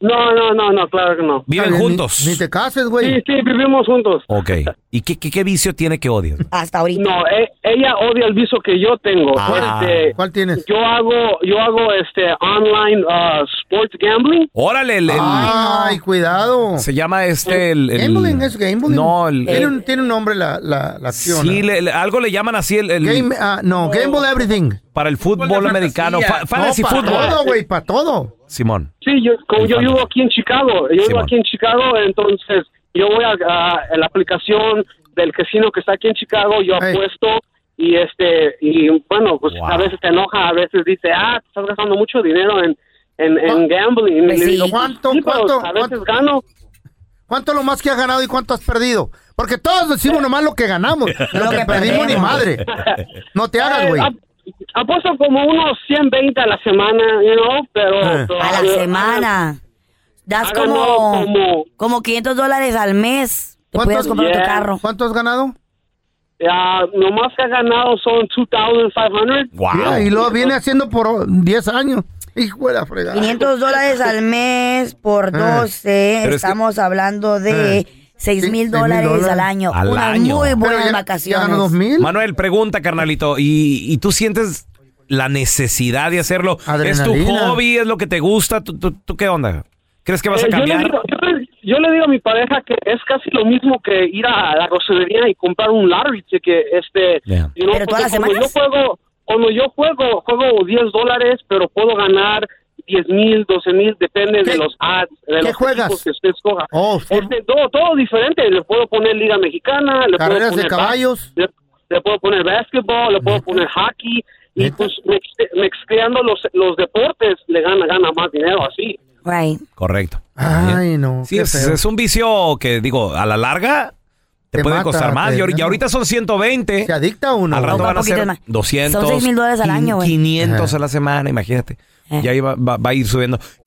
N: No, no, no, no, claro que no.
A: Viven juntos.
B: Ni te cases, güey.
N: Sí, sí, vivimos juntos.
A: Ok. ¿Y qué, qué- qué vicio tiene que odias?
D: Hasta ahorita.
N: No, e- ella odia el viso que yo tengo.
A: Ah.
N: Este,
B: ¿Cuál tienes?
N: Yo hago, yo hago este online ah, sports gambling.
A: Órale, el, el-
B: Ah, Ay, cuidado.
A: se llama este el, el-
B: Gambling es gambling.
A: No, el-
B: tiene, un, tiene un nombre la, la, la acción.
A: Sí, le- le- algo le llaman así el, el-
B: Game- ah,
N: Oh.
B: no, Gamble Everything.
A: para el fútbol americano, fa- fantasy
B: no, para
A: fútbol.
B: todo, güey, para todo.
A: Simón.
N: Sí, yo, como yo vivo aquí en Chicago, yo vivo
A: Simón.
N: aquí en Chicago, entonces yo voy a, a- a la aplicación del casino que está aquí en Chicago, yo apuesto y este y bueno, pues a veces te enoja, a veces dice, ah, te estás gastando mucho dinero en en, en gambling.
B: Pues
N: Y le
B: sí.
N: digo,
B: ¿Cuánto,
N: "Sí, pero
B: cuánto,
N: A veces
B: cuánto?
N: gano.
B: ¿Cuánto es lo más que has ganado y cuánto has perdido? Porque todos decimos nomás lo que
D: (laughs)
B: ganamos. lo que perdimos ni madre. No te hagas,
N: Eh,
B: güey.
N: ap- Apuesto como unos 120 a la semana, you know, pero...
B: Eh.
N: pero-
D: A la semana. Das
N: Ha
D: como,
N: ganado como-
D: como 500 dólares al mes. Te puedes comprar tu
N: Yeah.
D: carro.
B: ¿Cuánto has ganado?
N: Ya, lo más que ha ganado son 2,500.
B: Mira, y lo viene haciendo por 10 años. Hijo de la fregada. Ah.
D: 500 dólares al mes por 12.
B: Pero es que-
D: Estamos hablando
B: Eh.
D: de 6 mil dólares al año.
A: Al
D: Unas
A: año.
D: muy buenas
B: ya ganó
D: vacaciones.
B: dos mil.
A: Manuel, pregunta, carnalito. ¿y, y tú sientes la necesidad de hacerlo? ¿Es tu
N: Adrenalina.
A: hobby? ¿Es lo que te gusta? ¿Tú, tú- tú qué onda? ¿Crees que vas
N: Eh,
A: a
N: yo le
A: cambiar?
N: digo- Yo le, yo le digo a mi pareja que es casi lo mismo que ir a la grosería y comprar un lottery ticket. Este,
A: Yeah.
N: you know,
D: Pero todas
N: porque
D: las
N: cuando
D: semanas.
N: Yo juego, cuando yo juego, juego 10 dólares, pero puedo ganar 10 mil, 12 mil, depende de los ads, de los
B: juegas?
N: equipos que usted escoja.
B: Oh, fut-
N: Este, todo, todo diferente. Le puedo poner Liga Mexicana, le
B: Carreras de
N: puedo poner bas-
B: caballos.
N: Le, le puedo poner básquetbol, le puedo poner hockey. Y pues mezcle- mezcleando los, los deportes le gana, gana más dinero así.
D: Right.
A: Correcto.
B: Ay, no.
A: Sí,
B: qué
A: es,
B: feo.
A: es un vicio que, digo, a la larga te,
B: Te
A: puede
B: mata,
A: costar más.
B: te-
A: Y ahor- y ahorita son 120. Se
B: adicta uno.
A: Al rato
B: güey.
A: van a
B: Un poquito
A: ser
B: más. Son
A: 200.
B: seis mil dólares al
A: quin-
B: año, güey. Eh.
A: 500 a la semana, imagínate. Y ahí va, va- va a ir subiendo.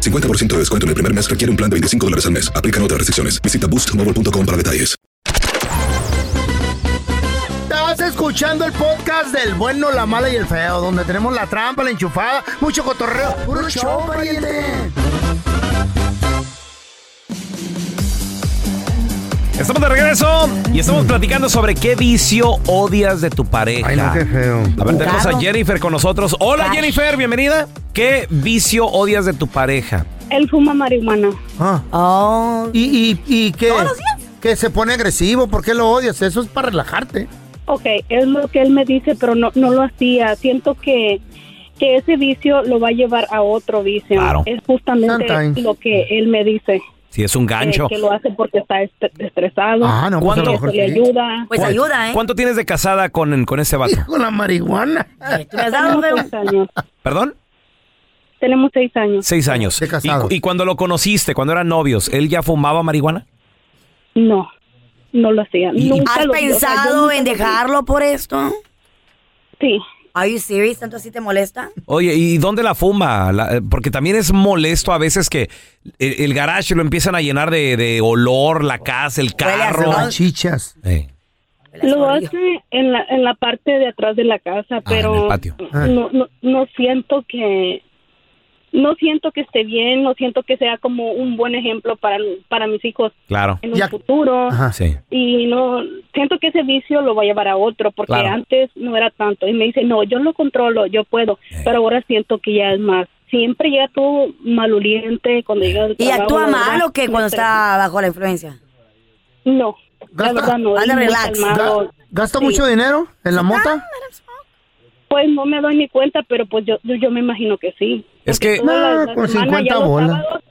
P: 50% de descuento en el primer mes requiere un plan de 25 dólares al mes. Aplican otras restricciones. Visita boostmobile.com para detalles.
B: Estás escuchando el podcast del bueno, la mala y el feo, donde tenemos la trampa, la enchufada, mucho cotorreo. ¡Puro show, pariente!
A: Estamos de regreso y estamos platicando sobre qué vicio odias de tu pareja.
B: Ay, no, qué feo.
A: A ver, tenemos
B: Claro.
A: a Jennifer con nosotros. Hola
B: Ay.
A: Jennifer, bienvenida. ¿Qué vicio odias de tu pareja?
Q: Él fuma marihuana.
B: Ah. ¿Y, y, y qué? Que se pone agresivo, ¿por qué lo odias? Eso es para relajarte.
Q: Ok, es lo que él me dice, pero no, no lo hacía. Siento que, que ese vicio lo va a llevar a otro vicio.
A: Claro.
Q: Es justamente
A: Sometimes.
Q: lo que él me dice.
A: Si es un
Q: que-
A: gancho.
Q: Que, lo hace porque está est- estresado.
A: Ah, no, pues a lo
Q: que
A: mejor
Q: eso le
A: sí.
Q: Pues
A: Pues,
Q: ayuda.
D: Pues
Q: ¿eh?
A: ¿Cuánto-
D: ¿eh?
A: ¿Cuánto tienes de casada con, con ese vato?
B: Con la marihuana.
Q: Tenemos seis años.
A: ¿Perdón?
Q: Tenemos seis años.
A: Seis años. ¿Y, y cuando lo conociste, cuando eran novios, él ya fumaba marihuana?
Q: No, no lo hacía. Nunca
D: ¿Has
Q: lo- o sea, yo
D: pensado
Q: nunca
D: en
Q: lo-
D: dejarlo por esto?
Q: Sí.
D: ¿Are you serious? ¿Tanto así te molesta?
A: Oye, ¿y dónde la fuma? La- eh, porque también es molesto a veces que el, el garage lo empiezan a llenar de, de olor, la casa, el carro.
B: Chichas.
Q: Lo hace en la, en la parte de atrás de la casa, pero
A: en el patio. Ah.
Q: No, no, no siento que no siento que esté bien, no siento que sea como un buen ejemplo para, para mis hijos
A: Claro.
Q: en un futuro.
A: Sí.
Q: Y no siento que ese vicio lo va a llevar a otro, porque
A: Claro.
Q: antes no era tanto. Y me dice, no, yo lo controlo, yo puedo, pero ahora siento que ya es más. Siempre llega todo maloliente cuando llega del
D: ¿Y
Q: trabajo,
D: actúa
Q: la
D: mal
Q: verdad,
D: o qué
Q: me
D: cuando
Q: estresa.
D: está bajo la influencia?
Q: No, la verdad no.
D: Anda
Q: es muy
D: relax.
Q: calmado.
B: ¿Gasta
Q: Sí.
B: mucho dinero en la mota?
Q: Pues no me doy ni cuenta, pero pues yo, yo, yo me imagino que sí.
A: Es
Q: Porque
A: que-
Q: todas
A: No,
Q: las- las
A: Ah, con
Q: semanas,
A: 50
Q: ya los
A: bolas.
Q: sábados,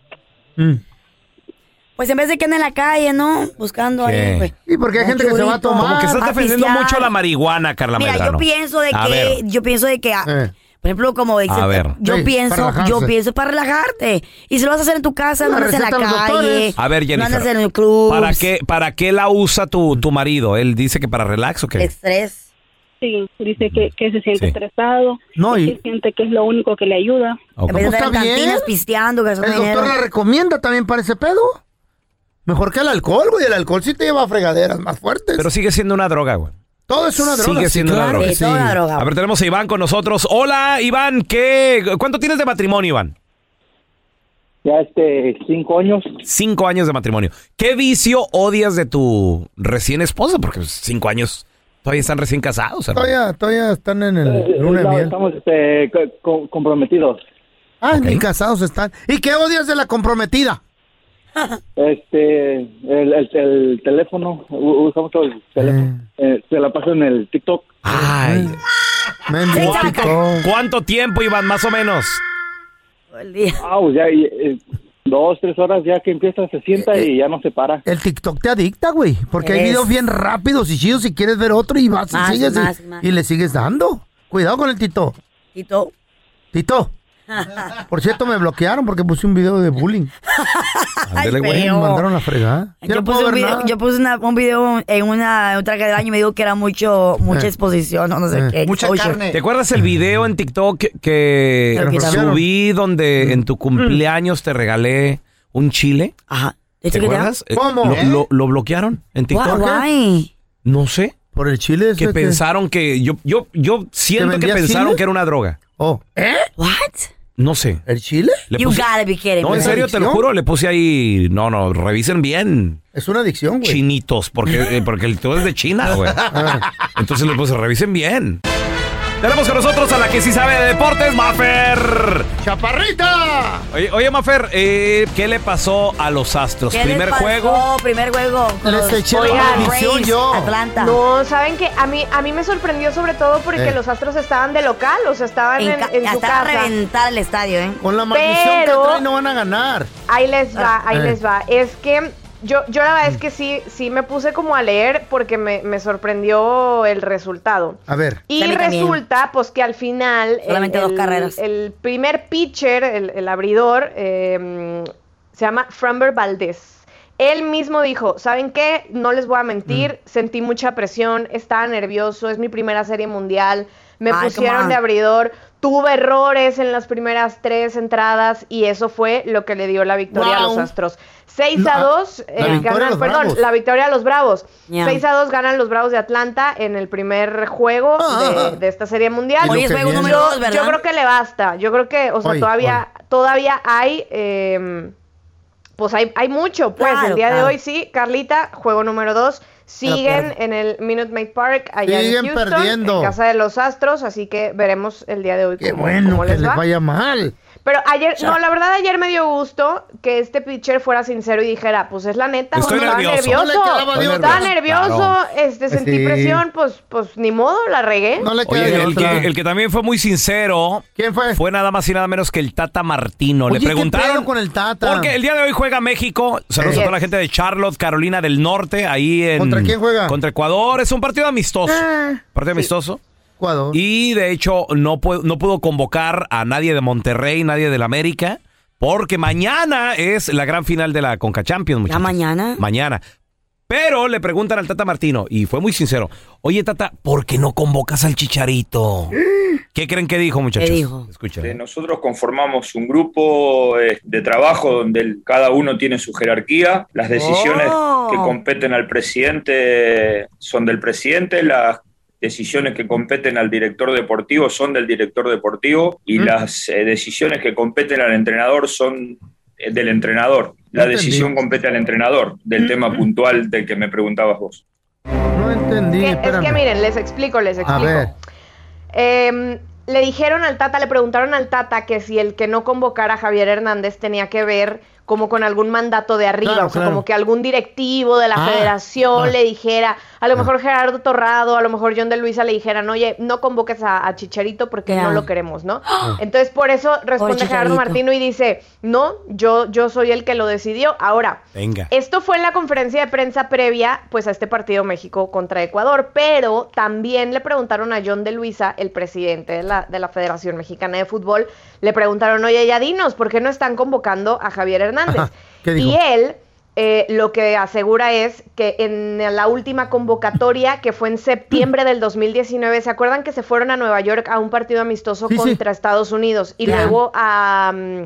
D: Pues en vez de que ande en la calle, ¿no? Buscando a
A: Sí.
D: alguien. Pues,
B: y porque hay
D: un
B: gente que se va a
D: churrito,
B: tomar.
A: Como que estás
D: a
A: defendiendo
D: pistear.
A: mucho la marihuana, Carla
D: Mira,
A: Medrano.
D: yo pienso de
A: A
D: que,
A: ver.
D: yo pienso de que, ah,
A: Eh.
D: por ejemplo, como dice,
A: A ver.
D: yo
A: Sí, para
D: pienso,
A: relajarse.
D: yo pienso para relajarte. Y si lo vas a hacer en tu casa, no
B: La
D: andas en la
B: receta de los
D: calle,
B: doctores.
A: A ver,
D: Eh. no andas en
A: Jennifer.
D: el club,
A: ¿Para qué, ¿Para qué la usa tu, tu marido? ¿Él dice que para relax o qué?
D: estrés.
Q: Sí, dice que, que se siente
A: Sí.
Q: estresado,
A: No, y-
Q: que siente que es lo único que le ayuda.
A: Ok.
D: En vez de
B: Pues
D: estar en
B: está bien.
D: cantinas pisteando,
B: El
D: gastando dinero.
B: doctor la recomienda también para ese pedo. Mejor que el alcohol, güey. El alcohol sí te lleva a fregaderas más fuertes.
A: Pero sigue siendo una droga, güey.
B: Todo es una droga.
A: Sigue
B: sí,
A: siendo
B: claro
A: una droga.
B: que sí.
A: A ver, tenemos a Iván con nosotros. Hola, Iván, ¿qué? ¿Cuánto tienes de matrimonio, Iván?
R: Ya este, cinco años.
A: Cinco años de matrimonio. ¿Qué vicio odias de tu recién esposa? Porque pues, cinco años todavía están recién casados, hermano.
B: Todavía, todavía están en el luna de
R: Eh, No,
B: miel.
R: estamos este, co- co- comprometidos.
B: Ah, ni casados están. ¿Y qué odias de la comprometida?
R: Este, el, el- el teléfono, u- usamos todo el teléfono. Eh, se la paso en el TikTok.
A: Ay.
R: TikTok.
A: ¿Cuánto, cuánto tiempo, Iván, más o menos?
R: Ah, pues ya, y, eh, dos, tres horas ya que empieza, se sienta y ya no se para.
B: El TikTok te adicta, güey. Porque hay
R: Es.
B: videos bien rápidos y chidos y quieres ver otro y vas
D: Más,
B: y sigues y,
D: más, más.
B: y le sigues dando. Cuidado con el Tito.
D: Tito. (laughs)
B: Tito. Por cierto, me bloquearon porque puse un video de bullying.
A: Ah,
D: Ándele, güey.
B: Me
D: feo.
B: mandaron la fregada. Ya
D: Yo
B: no
D: puse,
B: puedo
D: un
B: ver
D: video,
B: nada.
D: yo puse una- un video en una en un traje de baño y me dijo que era mucho mucha
A: Eh.
D: exposición, no, no sé qué. exposure.
A: ¿Te acuerdas el video en TikTok que- que
D: Pero quitaron. Mm.
A: subí donde en tu cumpleaños te regalé un chile?
D: Ajá.
A: ¿Te
D: ¿Este
A: acuerdas?
D: que te- ¿Cómo?
A: Eh,
D: ¿Eh?
A: Lo, lo- lo bloquearon en TikTok.
D: Guay.
A: No sé.
B: Por el chile.
A: Que
B: ese que-
A: pensaron que... Yo, yo, yo siento que
B: vendías
A: pensaron
B: chile?
A: que era una droga.
B: Oh.
D: ¿Eh? What?
A: No sé.
B: ¿El chile?
D: You gotta be kidding
A: No,
D: me.
A: en serio, te lo juro, le puse ahí... No, no, revisen bien.
B: Es una adicción, (laughs)
A: güey.
B: Ah.
A: Chinitos, porque, eh, porque el todo es de China, güey. Entonces le puse, revisen bien. Tenemos con nosotros a la que sí sabe de deportes, Mafer.
B: ¡Chaparrita!
A: Oye, oye Mafer, eh, ¿qué le pasó a los Astros?
D: ¿Qué les
A: Primer
D: pasó?
A: juego.
D: Primer juego.
B: Les eché la
D: Oigan,
B: maldición
D: Rays,
B: yo.
D: Atlanta.
S: No, saben que a mí a mí me sorprendió sobre todo porque
D: Eh.
S: los Astros estaban de local, o sea, estaban en,
D: En ca-
S: en su
D: hasta va a
S: casa.
D: reventar el estadio, ¿eh?
B: Con la
S: maldición que Pero- traen,
B: no van a ganar.
S: Ahí les va, ahí
D: Eh.
S: les va. Es que yo, yo la verdad es que sí, sí me puse como a leer porque me, me sorprendió el resultado.
B: A ver.
S: Y
D: A mí también.
S: resulta, pues, que al final. el-
D: Solamente dos
S: el-
D: carreras.
S: El primer pitcher, el, el abridor, eh, se llama Framber Valdez. Él mismo dijo, ¿saben qué? No les voy a mentir,
D: Mm.
S: sentí mucha presión, estaba nervioso, es mi primera serie mundial, me
D: Ay, come
S: pusieron
D: on.
S: de abridor, tuve errores en las primeras tres entradas y eso fue lo que le dio la victoria a los
D: Wow.
S: Astros. 6
D: No,
S: a
D: ah,
S: 2,
D: la victoria a los
S: perdón,
D: Bravos.
S: la victoria a los Bravos.
D: Ya.
S: 6 a 2 ganan los Bravos de Atlanta en el primer juego
D: Ah.
S: de, de esta serie mundial.
D: Hoy es juego
S: Yo-
D: número dos,
S: yo,
D: ¿verdad?
S: creo que le basta. Yo creo que, o sea,
D: Hoy,
S: todavía, todavía hay, eh, pues hay, hay mucho. Pues
D: Claro,
S: el día
D: claro.
S: de hoy sí, Carlita, juego número 2.
D: Pero
S: Siguen
D: pierde.
S: en el Minute Maid Park allá
B: Siguen
S: en Houston,
B: perdiendo.
S: en casa de los Astros, así que veremos el día de hoy
B: Qué
S: cómo-
B: bueno
S: cómo
B: que
S: les
B: les
S: va.
B: vaya mal.
S: Pero ayer, no, la verdad ayer me dio gusto que este pitcher fuera sincero y dijera, pues es la neta,
B: Estoy
S: estaba
B: nervioso.
S: nervioso,
B: No le quedaba de
S: estaba
B: otra.
S: nervioso,
A: Claro.
S: este,
A: Pues
S: sentí
A: sí.
S: presión, pues, pues ni modo, la regué.
A: Oye, el, que, el que también fue muy sincero.
B: ¿Quién fue?
A: Fue nada más y nada menos que el Tata Martino.
B: Oye,
A: Le
B: ¿qué
A: preguntaron.
B: pedo con el Tata?
A: Porque el día de hoy juega México. Saludos
B: Eh.
A: a toda la gente de Charlotte, Carolina del Norte, ahí en.
B: ¿Contra quién juega? Ah,
A: Contra Ecuador. Es un partido amistoso. Partido amistoso.
B: Ecuador.
A: Y de hecho, no, pu- no pudo convocar a nadie de Monterrey, nadie del América. Porque mañana es la gran final de la Conca Champions, muchachos.
D: mañana?
A: Mañana. Pero le preguntan al Tata Martino, y fue muy sincero. Oye, Tata, ¿por qué no convocas al Chicharito?
B: Mm.
A: ¿Qué creen que dijo, muchachos?
T: dijo?
A: Escucha.
T: Eh, nosotros conformamos un grupo eh, de trabajo donde el- cada uno tiene su jerarquía. Las decisiones
U: Oh.
T: que competen al presidente son del presidente, las decisiones que competen al director deportivo son del director deportivo y
U: Mm.
T: las eh, decisiones que competen al entrenador son eh, del entrenador. La
B: Entendí.
T: decisión compete al entrenador del tema puntual del que me preguntabas vos.
B: No entendí.
S: Que- es
B: espérame.
S: que miren, les explico, les
B: a
S: explico.
B: ver.
S: Eh, le dijeron al Tata, le preguntaron al Tata que si el que no convocara a Javier Hernández tenía que ver como con algún mandato de arriba,
V: Claro,
S: o sea,
V: claro.
S: como que algún directivo de la
V: Ah,
S: federación
V: ah.
S: le dijera, a lo mejor Gerardo Torrado, a lo mejor John de Luisa le dijeran, oye, no convoques a, a Chicharito porque
V: Ya.
S: no lo queremos, ¿no?
B: Ah.
S: Entonces por eso responde Gerardo
V: Chicharito.
S: Martino y dice, no, yo, yo soy el que lo decidió. Ahora,
A: Venga.
S: esto fue en la conferencia de prensa previa, pues a este partido México contra Ecuador, pero también le preguntaron a John de Luisa, el presidente de la, de la Federación Mexicana de Fútbol, le preguntaron, oye, ya dinos, ¿por qué no están convocando a Javier Hernández?
B: ¿qué dijo?
S: Y él eh, lo que asegura es que en la última convocatoria, que fue en septiembre del 2019, ¿se acuerdan que se fueron a Nueva York a un partido amistoso
V: Sí, sí.
S: contra Estados Unidos y
V: Ya.
S: luego a, mm,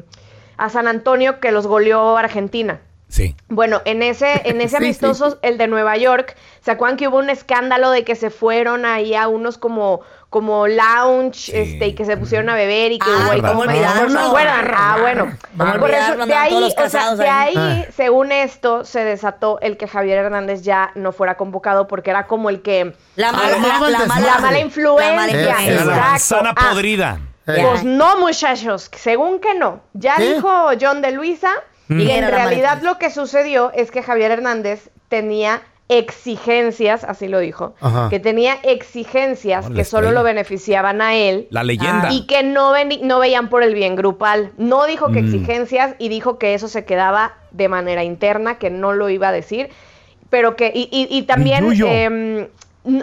S: a San Antonio que los goleó Argentina?
A: Sí.
S: Bueno, en ese, en
V: Sí,
S: ese
V: sí.
S: amistoso, el de Nueva York, ¿se acuerdan que hubo un escándalo de que se fueron ahí a unos como, como lounge, este, y que se pusieron a beber y que hubo ahí
D: Ah, ¿cómo
S: como medio-
D: olvidarlo?
S: ¿Se acuerdan? Ah, bueno.
D: ¿Cómo
S: Por eso,
D: olvidarlo?
S: de
D: Andaban todos
S: ahí,
D: los
S: o sea,
D: casados
S: de
D: ahí.
S: ahí,
D: Ah.
S: según esto, se desató el que Javier Hernández ya no fuera convocado porque era como el que
D: Ah, La mala- Armaba el la- la mala-
S: la mala
D: desmadre.
S: influencia.
D: La mala influencia. Eh,
A: Era la
S: exacto.
A: manzana
S: Ah,
A: podrida.
B: Eh.
S: pues no, muchachos, según que no. Ya dijo John de Luisa
A: Mm.
S: y
A: Era
S: en
A: la
S: realidad lo que sucedió es que Javier Hernández tenía exigencias, así lo dijo,
A: Ajá.
S: que tenía exigencias
A: Órale,
S: que solo
A: estrella.
S: lo beneficiaban a él.
A: La leyenda.
S: Y que no, veni- no veían por el bien grupal. No dijo que
A: Mm.
S: exigencias y dijo que eso se quedaba de manera interna, que no lo iba a decir. Pero que, y, y- y también,
V: Billuyo.
S: em,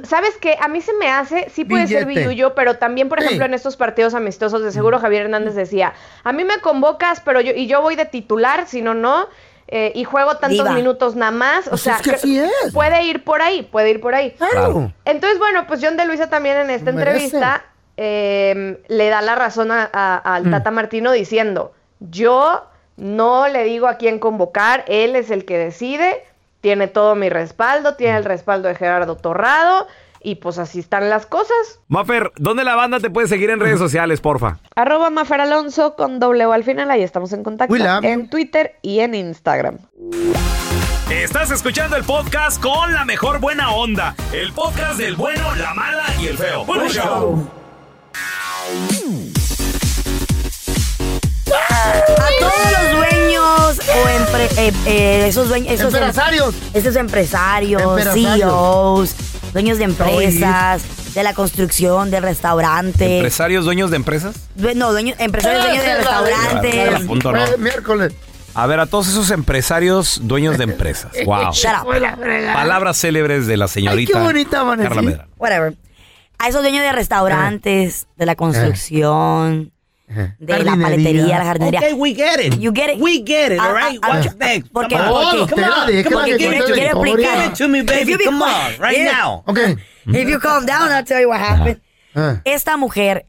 S: ¿sabes qué? A mí se me hace, sí puede ser
V: Billete.
S: billuyo, pero también, por
V: Sí. Mm.
S: ejemplo, en estos partidos amistosos, de seguro Javier Hernández decía, a mí me convocas, pero yo, y yo voy de titular, si no, no, eh, y juego tantos
V: Diva.
S: minutos nada más. O
V: Pues
S: sea,
V: es que
S: cre-
V: así es.
S: puede ir por ahí, puede ir por ahí.
V: Claro.
S: Entonces, bueno, pues John de Luisa también en esta
V: Lo merece.
S: entrevista eh, le da la razón a- a- al
V: Mm.
S: Tata Martino diciendo, yo no le digo a quién convocar, él es el que decide, tiene todo mi respaldo,
V: Mm.
S: tiene el respaldo de Gerardo Torrado y pues así están las cosas.
A: Mafer, ¿dónde la banda te puede seguir en redes sociales, porfa?
S: Arroba Mafer Alonso con doble O al final, ahí estamos en contacto
A: We love
S: en Twitter y en Instagram.
A: Estás escuchando el podcast con la mejor buena onda. El podcast del bueno, la mala y el feo.
D: A todos los dueños o empre- eh, eh, esos dueños. Esos em-
B: Empresarios.
D: esos empresarios,
B: Empresarios.
D: CEOs, dueños de empresas, de la construcción, de restaurantes.
A: ¿Empresarios dueños de empresas?
D: Due- no, dueños, empresarios, dueños de
A: Claro,
D: restaurantes.
A: claro, punto, ¿no?
B: Miércoles.
A: A ver, a todos esos empresarios dueños de
D: (laughs)
A: empresas. Wow.
D: Shut up.
A: Palabras célebres de la señorita.
D: Ay, qué bonita
A: Carla
D: amanecí.
A: Medrano.
D: Whatever. A esos dueños de restaurantes, de la construcción, de la
A: Jardinería.
D: paletería, la jardinería.
F: Okay, we get it.
D: You get it.
F: We get it,
D: Ah,
F: all right?
D: ah,
F: What's
D: ah,
F: next?
D: Porque,
F: Come on.
D: porque,
F: Come on,
D: porque
F: come on, give it to me.
D: explicar.
F: Give it to me,
D: If
F: baby,
D: you be
F: come
D: quiet,
F: on, right
D: yeah.
F: now.
B: Okay.
D: If you calm down, I'll tell you what happened. Esta mujer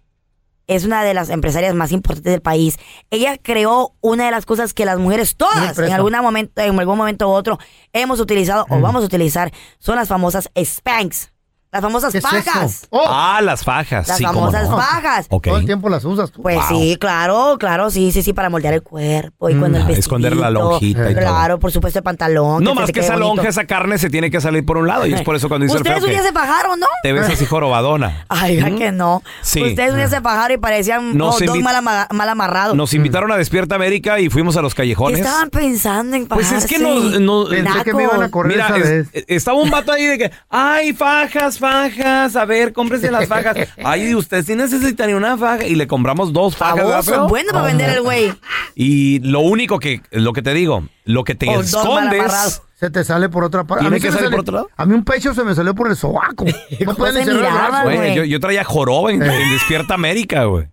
D: es una de las empresarias más importantes del país. Ella creó una de las cosas que las mujeres todas, en
C: empresa.
D: algún momento, en algún momento u otro, hemos utilizado o vamos a utilizar, son las famosas Spanx. Las famosas
A: ¿Qué es eso?
D: pajas.
A: Ah, las fajas.
D: Las
A: sí, cómo
D: famosas
A: no.
D: fajas.
A: Ok.
B: Todo el tiempo las usas tú.
D: Pues sí, claro, claro, sí, sí, sí, para moldear el cuerpo y cuando el
A: Ah,
D: vestido.
A: esconder la lonjita y todo.
D: Claro, por supuesto el pantalón.
A: No
D: se
A: más
D: te
A: que
D: quede
A: esa
D: bonito.
A: lonja, esa carne se tiene que salir por un lado. Y es por eso cuando dice el
D: Ustedes
A: feo
D: un día
A: que
D: se fajaron, ¿no?
A: te ves así jorobadona.
D: (laughs) Ay, ya que no.
A: Sí.
D: Ustedes un día se fajaron y parecían
A: Nos
D: dos
A: invi-
D: mal, ama- mal amarrados.
A: Nos invitaron a Despierta América y fuimos a los
D: ¿Qué
A: callejones.
D: estaban pensando en
A: Pues
D: fajarse?
A: es que nos, nos- Mira,
D: Nacos.
A: es- estaba un vato ahí de que, ay, fajas, fajas, a ver, cómprese las fajas.
D: Eh.
A: Ay, usted sí necesitaría una faja. Y le compramos dos fajas. ¿verdad,
D: Baboso,
A: feo?
D: bueno
B: Oh,
D: para vender el güey.
A: Y lo único que, lo que te digo, lo que te
B: O dos
A: escondes.
B: malabarrados. Se te sale por otra parte.
A: ¿Tiene
B: A mí se
A: que
B: me
A: salir
B: sale-
A: por otro lado?
B: A mí un pecho se me salió por el
A: (laughs)
B: sobaco. No pueden
D: se
B: cerrar el
D: miraba,
B: brazo.
A: Pues Güey, yo, yo traía joroba en, en Despierta América, güey.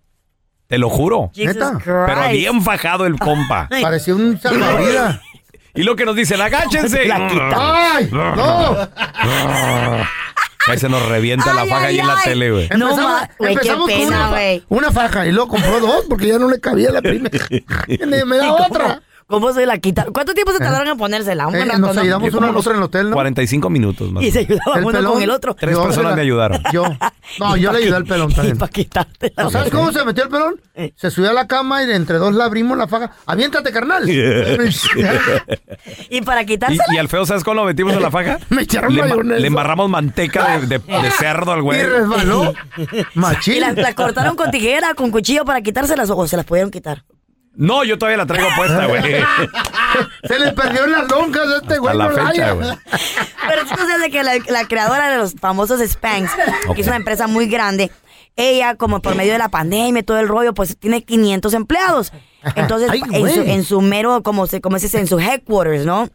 A: Te lo juro.
D: Jesus
A: Pero
D: Christ.
A: bien fajado el compa.
B: Parecía un
D: (laughs)
B: salvavidas.
A: Y lo que nos dicen, agáchense. Mm.
B: La quita. ¡Ay, no!
A: Ahí se nos revienta la faja ahí en la tele, güey.
D: No,
B: Empezamos-
D: (laughs) ma- güey, qué
B: empezamos con
D: pena,
B: una fa-
D: güey.
B: Una faja y luego compró dos porque ya no le cabía la
A: (laughs)
B: primera. Me, (laughs) me
D: ¿Y
B: da
D: cómo-
B: otra.
D: (laughs) ¿Cómo se la quita? ¿Cuánto tiempo se tardaron en ponérsela? Un buen
B: Eh,
D: rato,
B: nos
D: ¿no?
B: ayudamos uno al otro en el hotel, ¿no?
A: 45 minutos más.
D: Y se ayudaban
B: El
D: uno
B: pelón,
D: con el otro.
A: Tres
B: Yo,
A: personas
B: oiga,
A: me ayudaron.
B: Yo. No, yo le ayudé al pelón también. ¿No ¿Sabes cómo se metió el pelón? Se subió a la cama y de entre dos le abrimos la faja. ¡Aviéntate,
A: (laughs)
B: carnal!
D: Y para
A: Y,
D: quitársela.
A: y al feo, ¿sabes cómo lo metimos en la faja?
B: (laughs) Me echaron
A: le, emba-
B: mayonesa.
A: le embarramos manteca de, de- de cerdo al güey.
B: Y
D: (laughs)
B: resbaló. Machín.
D: Y las las cortaron con tijera, con cuchillo para quitárselas o se las pudieron quitar.
A: No, yo todavía la traigo
B: (laughs)
A: puesta, güey.
B: Se le perdió en las lonjas a este güey.
A: la
B: no la
A: fecha,
B: haya.
A: güey.
D: (laughs) Pero entonces de que la, la creadora de los famosos Spanx, que es una empresa muy grande, ella como por medio de la pandemia y todo el rollo, pues tiene 500 empleados. Entonces,
C: Ay,
D: en,
C: güey.
D: su, en su mero, como se, como se dice, en su headquarters, ¿no?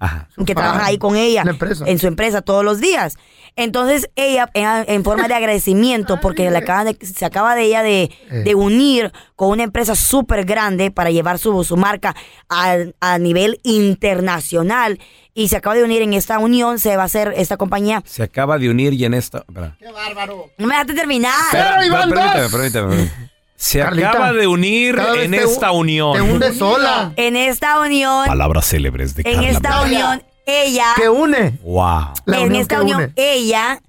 D: Que
B: Ah,
D: trabaja ahí con ella, en su empresa todos los días. Entonces, ella, en, en forma de agradecimiento, porque le acaban de- se acaba de ella de,
C: Eh.
D: de unir con una empresa súper grande para llevar su, su marca al- a, nivel internacional. Y se acaba de unir en esta unión, se va a hacer esta compañía.
A: Se acaba de unir y en esta. espera.
D: No me dejaste terminar.
A: Espera, permítame, permítame, permítame. Se
D: Carlita,
A: acaba de unir
D: cada vez
A: en
D: te hu-
A: esta unión.
B: sola.
D: En esta unión,
A: Palabras célebres de
D: en
A: Carla
D: esta
A: Medrano.
D: unión, ella.
B: Que une.
A: Wow.
D: en esta unión, ella.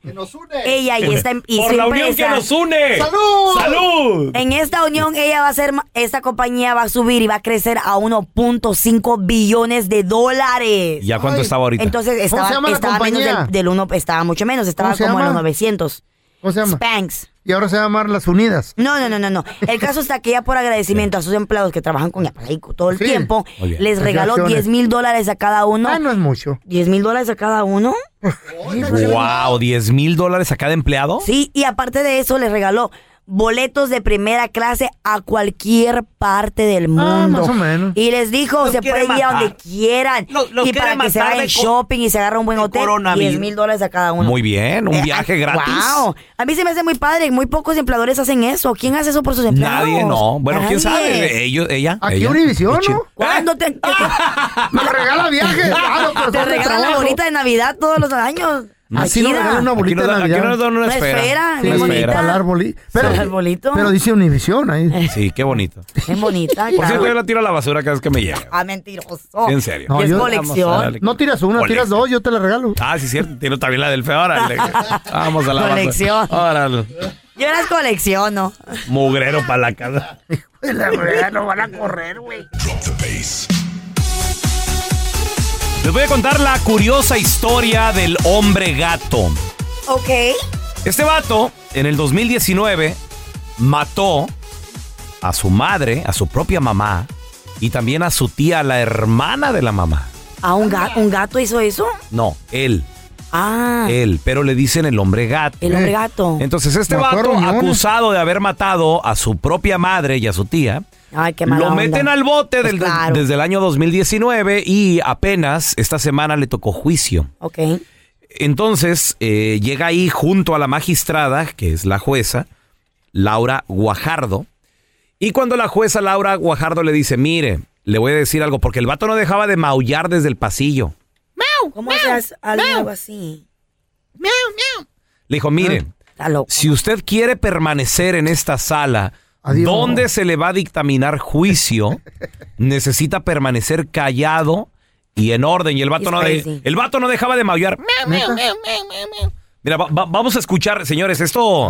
D: Ella
A: (laughs)
D: y esta y
A: Por
D: su
A: la unión que
D: empresa.
A: nos une.
D: ¡Salud!
A: ¡Salud!
D: En esta unión, ella va a ser. ma- Esta compañía va a subir y va a crecer a 1.5 billones de dólares.
A: ¿Ya cuánto estaba ahorita?
D: Entonces
A: ¿Cómo
D: estaba,
A: se llama la
D: estaba menos
A: compañía?
D: del, 1, estaba mucho menos, estaba
B: ¿Cómo se
D: como en los
B: llama?
D: 900.
B: ¿Cómo se llama?
D: Spanx.
B: Y ahora se va a llamar Las Unidas.
D: No, no, no, no, no. El caso está que ella por agradecimiento a sus empleados que trabajan con ella pues, ahí todo el
B: Sí.
D: tiempo,
B: Muy bien.
D: les regaló
B: Acciones.
D: 10 mil dólares a cada uno.
B: Ah, no es mucho.
D: 10 mil dólares a cada uno.
A: Wow, 10 mil dólares a cada empleado.
D: Sí, y aparte de eso les regaló boletos de primera clase a cualquier parte del mundo.
B: Ah, más o menos.
D: Y les dijo,
B: Los
D: se
B: quiere
D: pueden ir a
B: matar.
D: donde quieran.
B: los
D: y
B: quiere
D: para que se
B: matar
D: hagan
B: de co-
D: shopping y se agarra un buen hotel, 10
A: coronavirus.
D: mil dólares a cada uno.
A: Muy bien, un viaje gratis.
D: Wow. A mí se me hace muy padre, muy pocos empleadores hacen eso. ¿Quién hace eso por sus empleados?
A: Nadie, no. Bueno, quién
D: Nadie.
B: Eh,
A: sabe. Ellos, ella.
B: Aquí
A: ella.
B: Univisión, ¿no?
D: ¿Cuándo
B: (laughs)
D: te, te-
B: Me Eh.
A: (laughs)
B: regala viajes.
D: (laughs)
B: Claro, pero
D: te
B: son de
D: regalan la
B: trabajo.
D: bolita de Navidad todos los años?
B: Así nos
D: Shakira.
B: regalan una bolita de Navidad.
D: Una esfera, bien
B: Sí,
D: bonita.
B: Para el arboli- Pero,
D: el arbolito.
B: pero dice Univisión ahí.
A: Sí, qué bonito.
D: Es bonita.
A: Por cierto, yo
D: claro.
A: la tiro a la basura cada vez que me llega.
D: Ah, mentiroso.
A: En serio.
D: Y es
A: yo-
D: colección.
A: Vamos a darle-
B: No tiras una,
A: Colección.
B: tiras dos, yo te la
D: (laughs)
B: regalo.
A: Ah, sí, cierto. Tiro también la del
B: (laughs)
A: feo. Órale. Vamos a la basura.
D: Colección.
A: Órale.
D: Yo las colecciono.
A: Mugrero para la casa.
B: no van a correr, güey.
A: Les voy a contar la curiosa historia del hombre gato.
D: Ok.
A: Este vato, en el 2019, mató a su madre, a su propia mamá y también a su tía, la hermana de la mamá.
D: ¿A Ah, un, ga- un gato hizo eso?
A: No, él.
D: Ah,
A: Él, pero le dicen el hombre gato.
D: el hombre gato.
A: Eh. Entonces este
D: Mató a
A: vato
D: riñones.
A: acusado de haber matado a su propia madre y a su tía.
D: Ay, Ah, qué mala
A: Lo
D: onda.
A: meten al bote
D: Pues
A: del-
D: claro.
A: desde el año 2019 y apenas esta semana le tocó juicio.
D: Ok.
A: Entonces eh, llega ahí junto a la magistrada, que es la jueza, Laura Guajardo. Y cuando la jueza Laura Guajardo le dice, mire, le voy a decir algo, porque el vato no dejaba de maullar desde el pasillo.
D: ¿Cómo haces algo así?
A: Le dijo, mire, si usted quiere permanecer en esta sala, donde se le va a dictaminar juicio, necesita permanecer callado y en orden. Y el vato,
C: He's
A: no, de-
C: crazy.
A: el vato no dejaba de maullar. Mira, va- va- vamos a escuchar, señores, esto...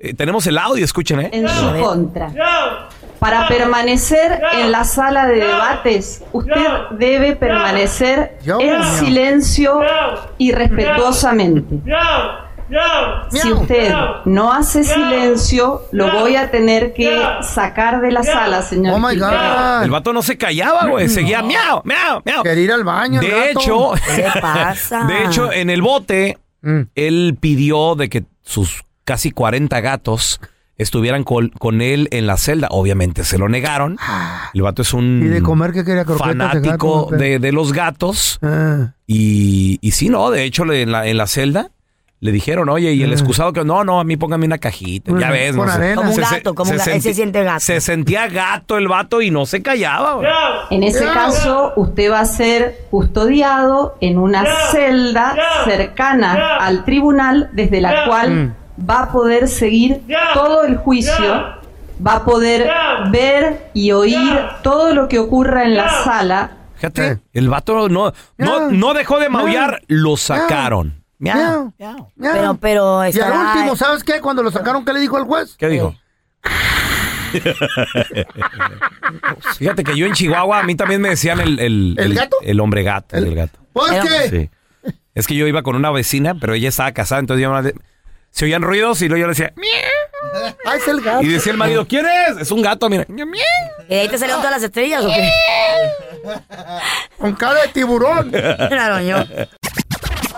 A: eh, tenemos el audio, escuchen, ¿eh?
H: en su contra. Para permanecer en la sala de debates, usted debe permanecer en silencio y respetuosamente. Si usted no hace silencio, lo voy a tener que sacar de la sala, señor. Quintero.
A: El vato no se callaba, güey. Seguía miau, miau, miau.
B: Quería ir al baño. el
A: De
B: gato. (laughs)
A: hecho, de hecho, eh, en el bote,
B: Mm.
A: él pidió de que sus casi 40 gatos estuvieran col- con él en la celda. Obviamente se lo negaron. El vato es un
B: Ah. ¿Y de comer qué quería croquetas de gato,
A: fanático
B: no, pero-
A: de, de los gatos.
B: Ah.
A: Y, y sí, no, de hecho, le- en, la, en la celda le dijeron, oye,
B: Ah.
A: y el excusado que no, no, a mí póngame una cajita. Ya
D: Mm,
A: ves, no
D: con
A: sé.
D: arena. Como un
A: Se- se-
D: gato, como un gato. Él se
A: senti-
D: siente gato.
A: Se sentía gato el vato y no se callaba. güey.
H: En ese caso, usted va a ser custodiado en una celda cercana al tribunal desde la cual va a poder seguir todo el juicio, va a poder ver y oír todo lo que ocurra en la sala.
A: Fíjate, el vato no,
B: Ah.
A: no, no dejó de maullar, lo sacaron.
B: Miau, miau.
D: Pero- pero
B: Y al
D: estará-
B: último, ¿sabes qué? Cuando lo sacaron, ¿qué le dijo el juez?
A: ¿Qué
B: (laughs)
A: dijo? Fíjate que yo en Chihuahua a mí también me decían el, el,
B: ¿El gato?
A: el hombre gato. El, gato.
B: ¿Por qué?
A: Sí. Es que yo iba con una vecina, pero ella estaba casada, entonces yo me- se oían ruidos y luego yo le decía,
B: Ah, es el gato.
A: y decía el marido, ¿quién es? Es un gato, mira.
D: ¿Y de ahí te salieron todas las estrellas
A: (laughs)
D: o qué?
B: Con cara de tiburón.
D: (laughs) Claro, yo.